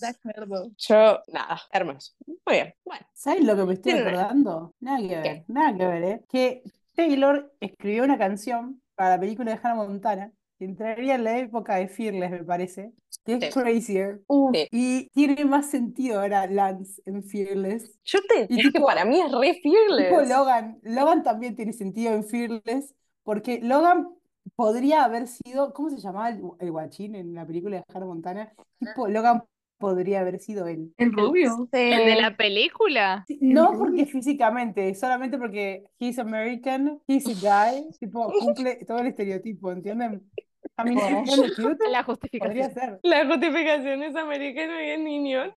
De acuerdo. Yo, nada, hermoso. Muy bien. Bueno, ¿Sabes lo que me estoy Tiene- acordando? Nada que ver, ¿Qué? nada que ver, ¿eh? Que Taylor escribió una canción para la película de Hannah Montana, que entraría en la época de Fearless, me parece, que es Sí. Crazier. Sí. Y tiene más sentido ahora Lance en Fearless. yo te dije, tipo- para mí es re Tipo fearless. Logan, Logan también tiene sentido en Fearless, porque Logan podría haber sido, ¿cómo se llamaba el, el guachín en la película de Hannah Montana? Tipo Logan podría haber sido él. El rubio. ¿El de la película? Sí, el No rubio. porque físicamente, solamente porque he's American, he's a guy, tipo, cumple todo el estereotipo, ¿entienden? A mí no es cute, podría La justificación. ser. La justificación es americana y es niño.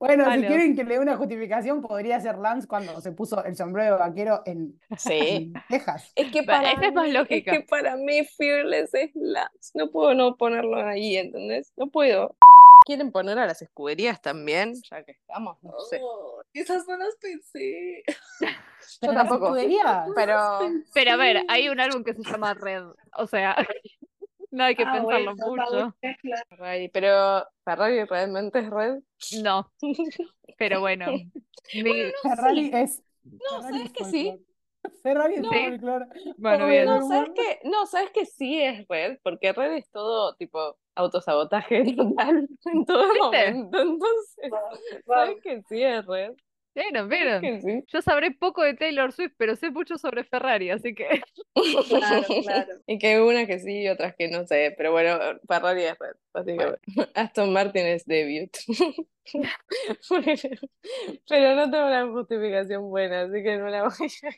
Bueno, si Vale. quieren que le dé una justificación, podría ser Lance cuando se puso el sombrero de vaquero en, Sí. en Texas. Es que Va, para esa es más mí, lógica. Es que para mí Fearless es Lance. No puedo no ponerlo ahí, ¿entendés? No puedo. ¿Quieren poner a las escuderías también? Ya que estamos, no sé. Oh, esas no las pensé. Yo Pero tampoco. podría. Pero Pero a ver, hay un álbum que se llama Red. O sea, no hay que Ah, pensarlo bueno, está mucho. bien, claro. Ferrari, pero Ferrari realmente es red. No, pero bueno. Mi- Ferrari es. No, Ferrari ¿sabes es que sí? folclore. Ferrari es No. folclore. Bueno, bien. No, ¿sabes qué? No, ¿sabes qué? Sí es red, porque red es todo tipo autosabotaje total en todo ¿Viste? momento. Entonces, Wow. ¿sabes que sí es red? Vieron, ¿Sabes vieron. que sí? Yo sabré poco de Taylor Swift, pero sé mucho sobre Ferrari, así que Claro, claro. Y que hay unas que sí y otras que no sé, pero bueno, Ferrari es red, básicamente. Aston Martin es debut. Bueno, pero no tengo una justificación buena, así que no la voy a...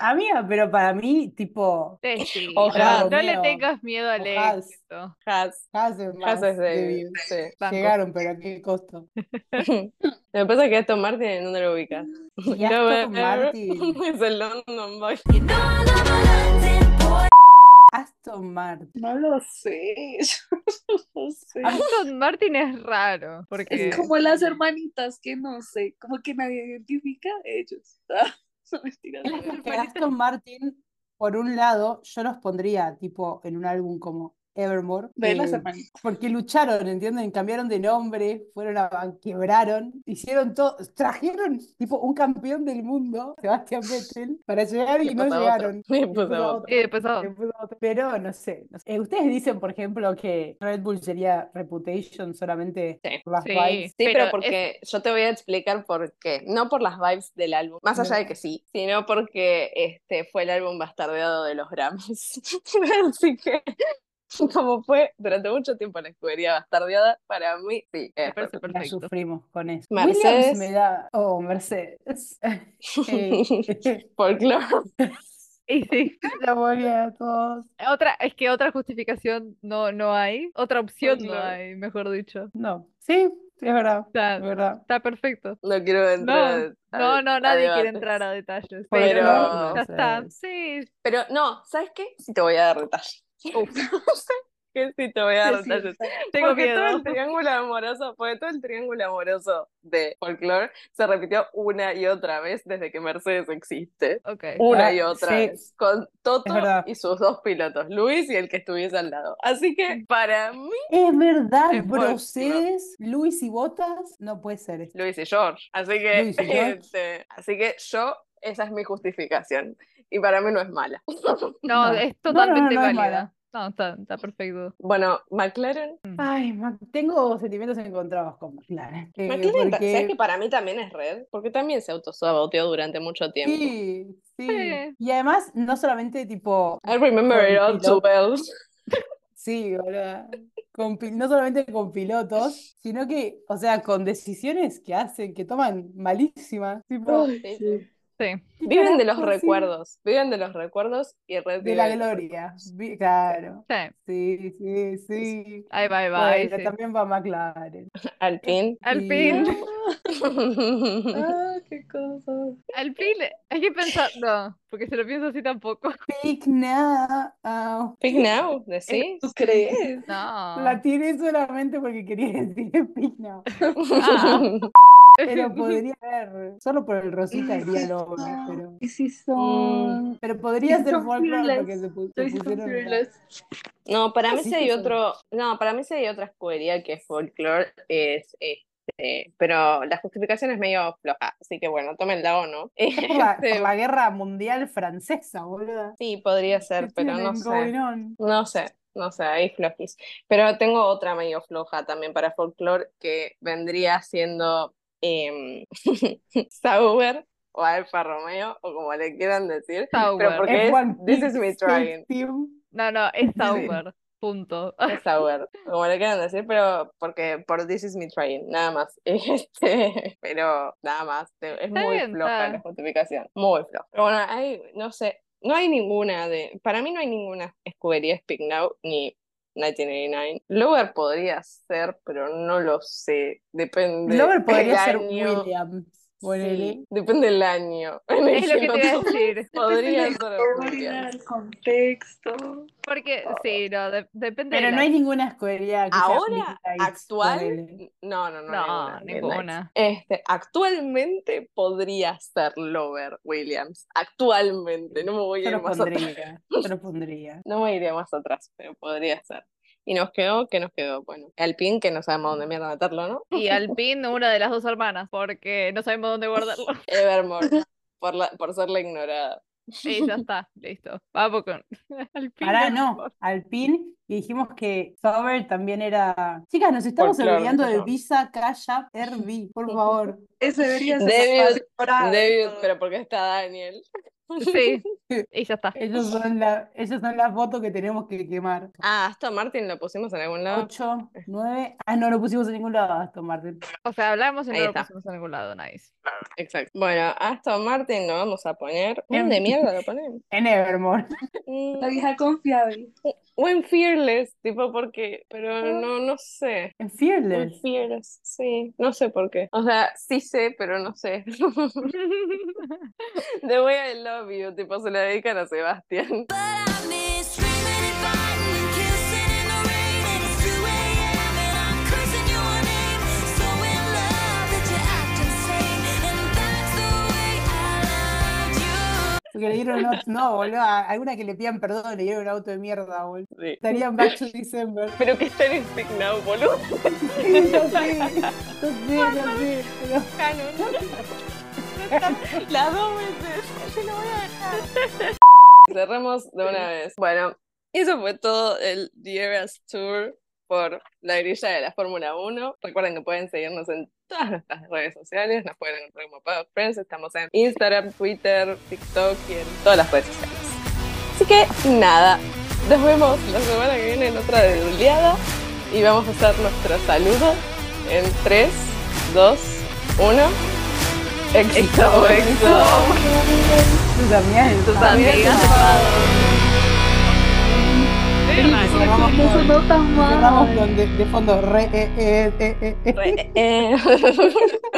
Amiga, pero para mí, tipo, Tessy, Ojalá, no le Romeo. tengas miedo al Ojalá. éxito. Has, hace más Has es de David, views. sí. Banco. Llegaron, pero a qué costo. Lo que pasa es que esto Martin en dónde lo ubicas. Y Lo veo- Aston Martin, Es el London Boy. Aston Martin. No lo sé. yo no sé. Ah, Aston Martin es raro, porque eh, Es como las hermanitas que no sé, como que nadie identifica a ellos. Ah, no, mentira. Es como que Aston Martin, por un lado, yo los pondría tipo en un álbum como Evermore, Ve las eh, hermanitas. porque lucharon, ¿entienden? Cambiaron de nombre, fueron a quebraron, hicieron todo, trajeron tipo un campeón del mundo, Sebastián Vettel, para llegar y Puta no otra. llegaron. Me puse Puta otra. otra. y después a- Le puso otro- Pero no sé, no sé. Eh, ustedes dicen, por ejemplo, que Red Bull sería Reputation solamente Sí. por las Sí. vibes. Sí, Pero pero es- porque yo te voy a explicar por qué. No por las vibes del álbum, más allá de que sí, sino porque este fue el álbum bastardeado de los Grammys. Así que, como fue durante mucho tiempo la escudería bastardeada, para mí sí. me es parece La perfecto. sufrimos con eso. Mercedes. Williams me da. Oh, Mercedes. Eh, folclore. Y sí, la bolea de todos. otra, es que otra justificación no, no hay, otra opción no Claro. hay, mejor dicho. No. Sí, es verdad. O sea, Es verdad. está perfecto. No quiero entrar. a- No, no, a nadie quiere debates. entrar a detalles, Pero- pero ya no sé. está. Sí, Pero no, ¿sabes qué? Sí te voy a dar detalles. que sí te voy a dar Sí, detalles. sí, tengo porque todo miedo. el triángulo amoroso, porque todo el triángulo amoroso de folklore se repitió una y otra vez desde que Mercedes existe. Ok. Una Ah, y otra sí. vez. Con Toto Es verdad. y sus dos pilotos, Luis y el que estuviese al lado. Así que para mí, Es verdad, Es buenísimo. Mercedes, Luis y Botas, no puede ser esto. Luis y George. Así que, Luis y George. este, así que yo, esa es mi justificación. Y para mí no es mala. No, No. No, no, es no, totalmente no es válida. mala. No, está, está perfecto. Bueno, McLaren Ay, Mac- tengo sentimientos encontrados con McLaren. Eh, McLaren, ta- ¿sabes porque- que para mí también es red? Porque también se autosaboteó durante mucho tiempo. Sí, sí. Sí. Y además, no solamente tipo, I remember Con it all too piloto. well. sí, boluda, con pil- no solamente con pilotos, sino que, o sea, con decisiones que hacen, que toman malísimas, tipo, Ay, Sí, sí. Sí. ¿qué Viven de los carajo hacen? recuerdos, viven de los recuerdos y red De vive la de los gloria, recuerdos. vi- claro, Sí, sí, sí, sí. ahí va, ahí va. ahí Bueno, sí. también va McLaren. Al fin. Al Y- fin, Ah, qué cosa. al fin, hay que pensar, no, porque si lo pienso así tampoco. Pick Ah. now. Pick now, Eh, decís. ¿Tú crees? No. La tiré solamente porque quería decir pick now. Ah. Pero podría haber, solo por el Rosita diría Lover, pero. ¿Y si son? Pero podría Estoy ser con folklore Fearless. porque se, pu- se Estoy con pusieron. Fearless. No, para mí Así sí hay que son- otro, no, para mí sí hay otra escudería que es folklore, es este, pero la justificación es medio floja, así que bueno, tómenla o no. Es por la, por Este, la guerra mundial francesa, boluda. sí, podría ser, ¿Qué pero no tienen sé. going on? No sé, no sé, ahí flojis. Pero tengo otra medio floja también para folklore que vendría siendo em, Sauber o Alfa Romeo o como le quieran decir. Sauber. Pero porque Es es One This Piece is me State trying. Team. No, no, es Sauber. Punto. Es Sauber, como le quieran decir, pero porque por This is me trying, nada más. Este, pero nada más, te- es Está muy bien, floja está. la justificación, muy floja. Pero bueno, hay, no sé, no hay ninguna de, para mí no hay ninguna escudería Speak Now ni 1989. Lover podría ser, pero no lo sé, depende Lover podría el ser año. Williams. Sí, ponele. depende del año en el Es lo que te no iba a todos decir. podrían ser Historia, Williams. el contexto. Porque, sí, no, de- depende de Pero la- no hay ninguna escudería que sea Ahora, Midnight, actual, ponele. no, no, no, No, ninguna, Midnight. ninguna. Este, actualmente podría ser Lover Williams. Actualmente, no me voy a Yo ir lo más atrás. pondría. Yo lo pondría. No me iré más atrás, pero podría ser. Y nos quedó, que nos quedó? Bueno, el pin que no sabemos dónde mierda meterlo, ¿no? Y al pin una de las dos hermanas, porque no sabemos dónde guardarlo. Evermore, por, la, por ser la ignorada. Y ya está, listo. Vamos con al pin. Pará, por no, favor. Alpine, y dijimos que Sauber también era. Chicas, nos estamos Folclore, olvidando de perdón. Visa, Calla, Herbie, por favor. Ese debería ser Debut, la temporada. Debut, pero porque está Daniel. Sí, y ya está. Esas son, la- esas son las fotos que tenemos que quemar. Ah, Aston Martin lo pusimos en algún Ah. lado. 8, 9. Ah, no lo pusimos en ningún lado, Aston Martin. O sea, hablamos y no Ahí lo está. pusimos en ningún lado, nice. Exacto. Bueno, Aston Martin lo vamos a poner. ¿Dónde En- mierda lo ponemos? En Evermore. Mm, La vieja confiable. O en Fearless, tipo porque, pero no, no sé. En En Fearless. Fearless, sí. No sé por qué. O sea, sí sé, pero no sé. The Way I Love You, tipo, se la dedican a Sebastián. Porque le dieron un auto. No, boludo. a- Alguna que le pidan perdón le dieron un auto de mierda, boludo. Sí. Estarían back to December. Pero que están en Stick Now, boludo. Sí, yo sé, yo sé, yo sé, pero- Las dos veces. Yo no voy a Cerramos de una vez. Bueno, eso fue todo el The Eras Tour por la grilla de la Fórmula 1. Recuerden que pueden seguirnos en todas nuestras redes sociales. Nos pueden encontrar como Pop Friends. Estamos en Instagram, Twitter, TikTok y en todas las redes sociales. Así que nada, nos vemos la semana que viene en otra deduleada y vamos a hacer nuestro saludo en 3, 2, 1. Éxito, éxito. Tus amigas, tus Tus amigas. Cerramos No con- sonó tan e, mal. cerramos con de, de fondo re, eh, eh, eh, eh, eh. Re- eh.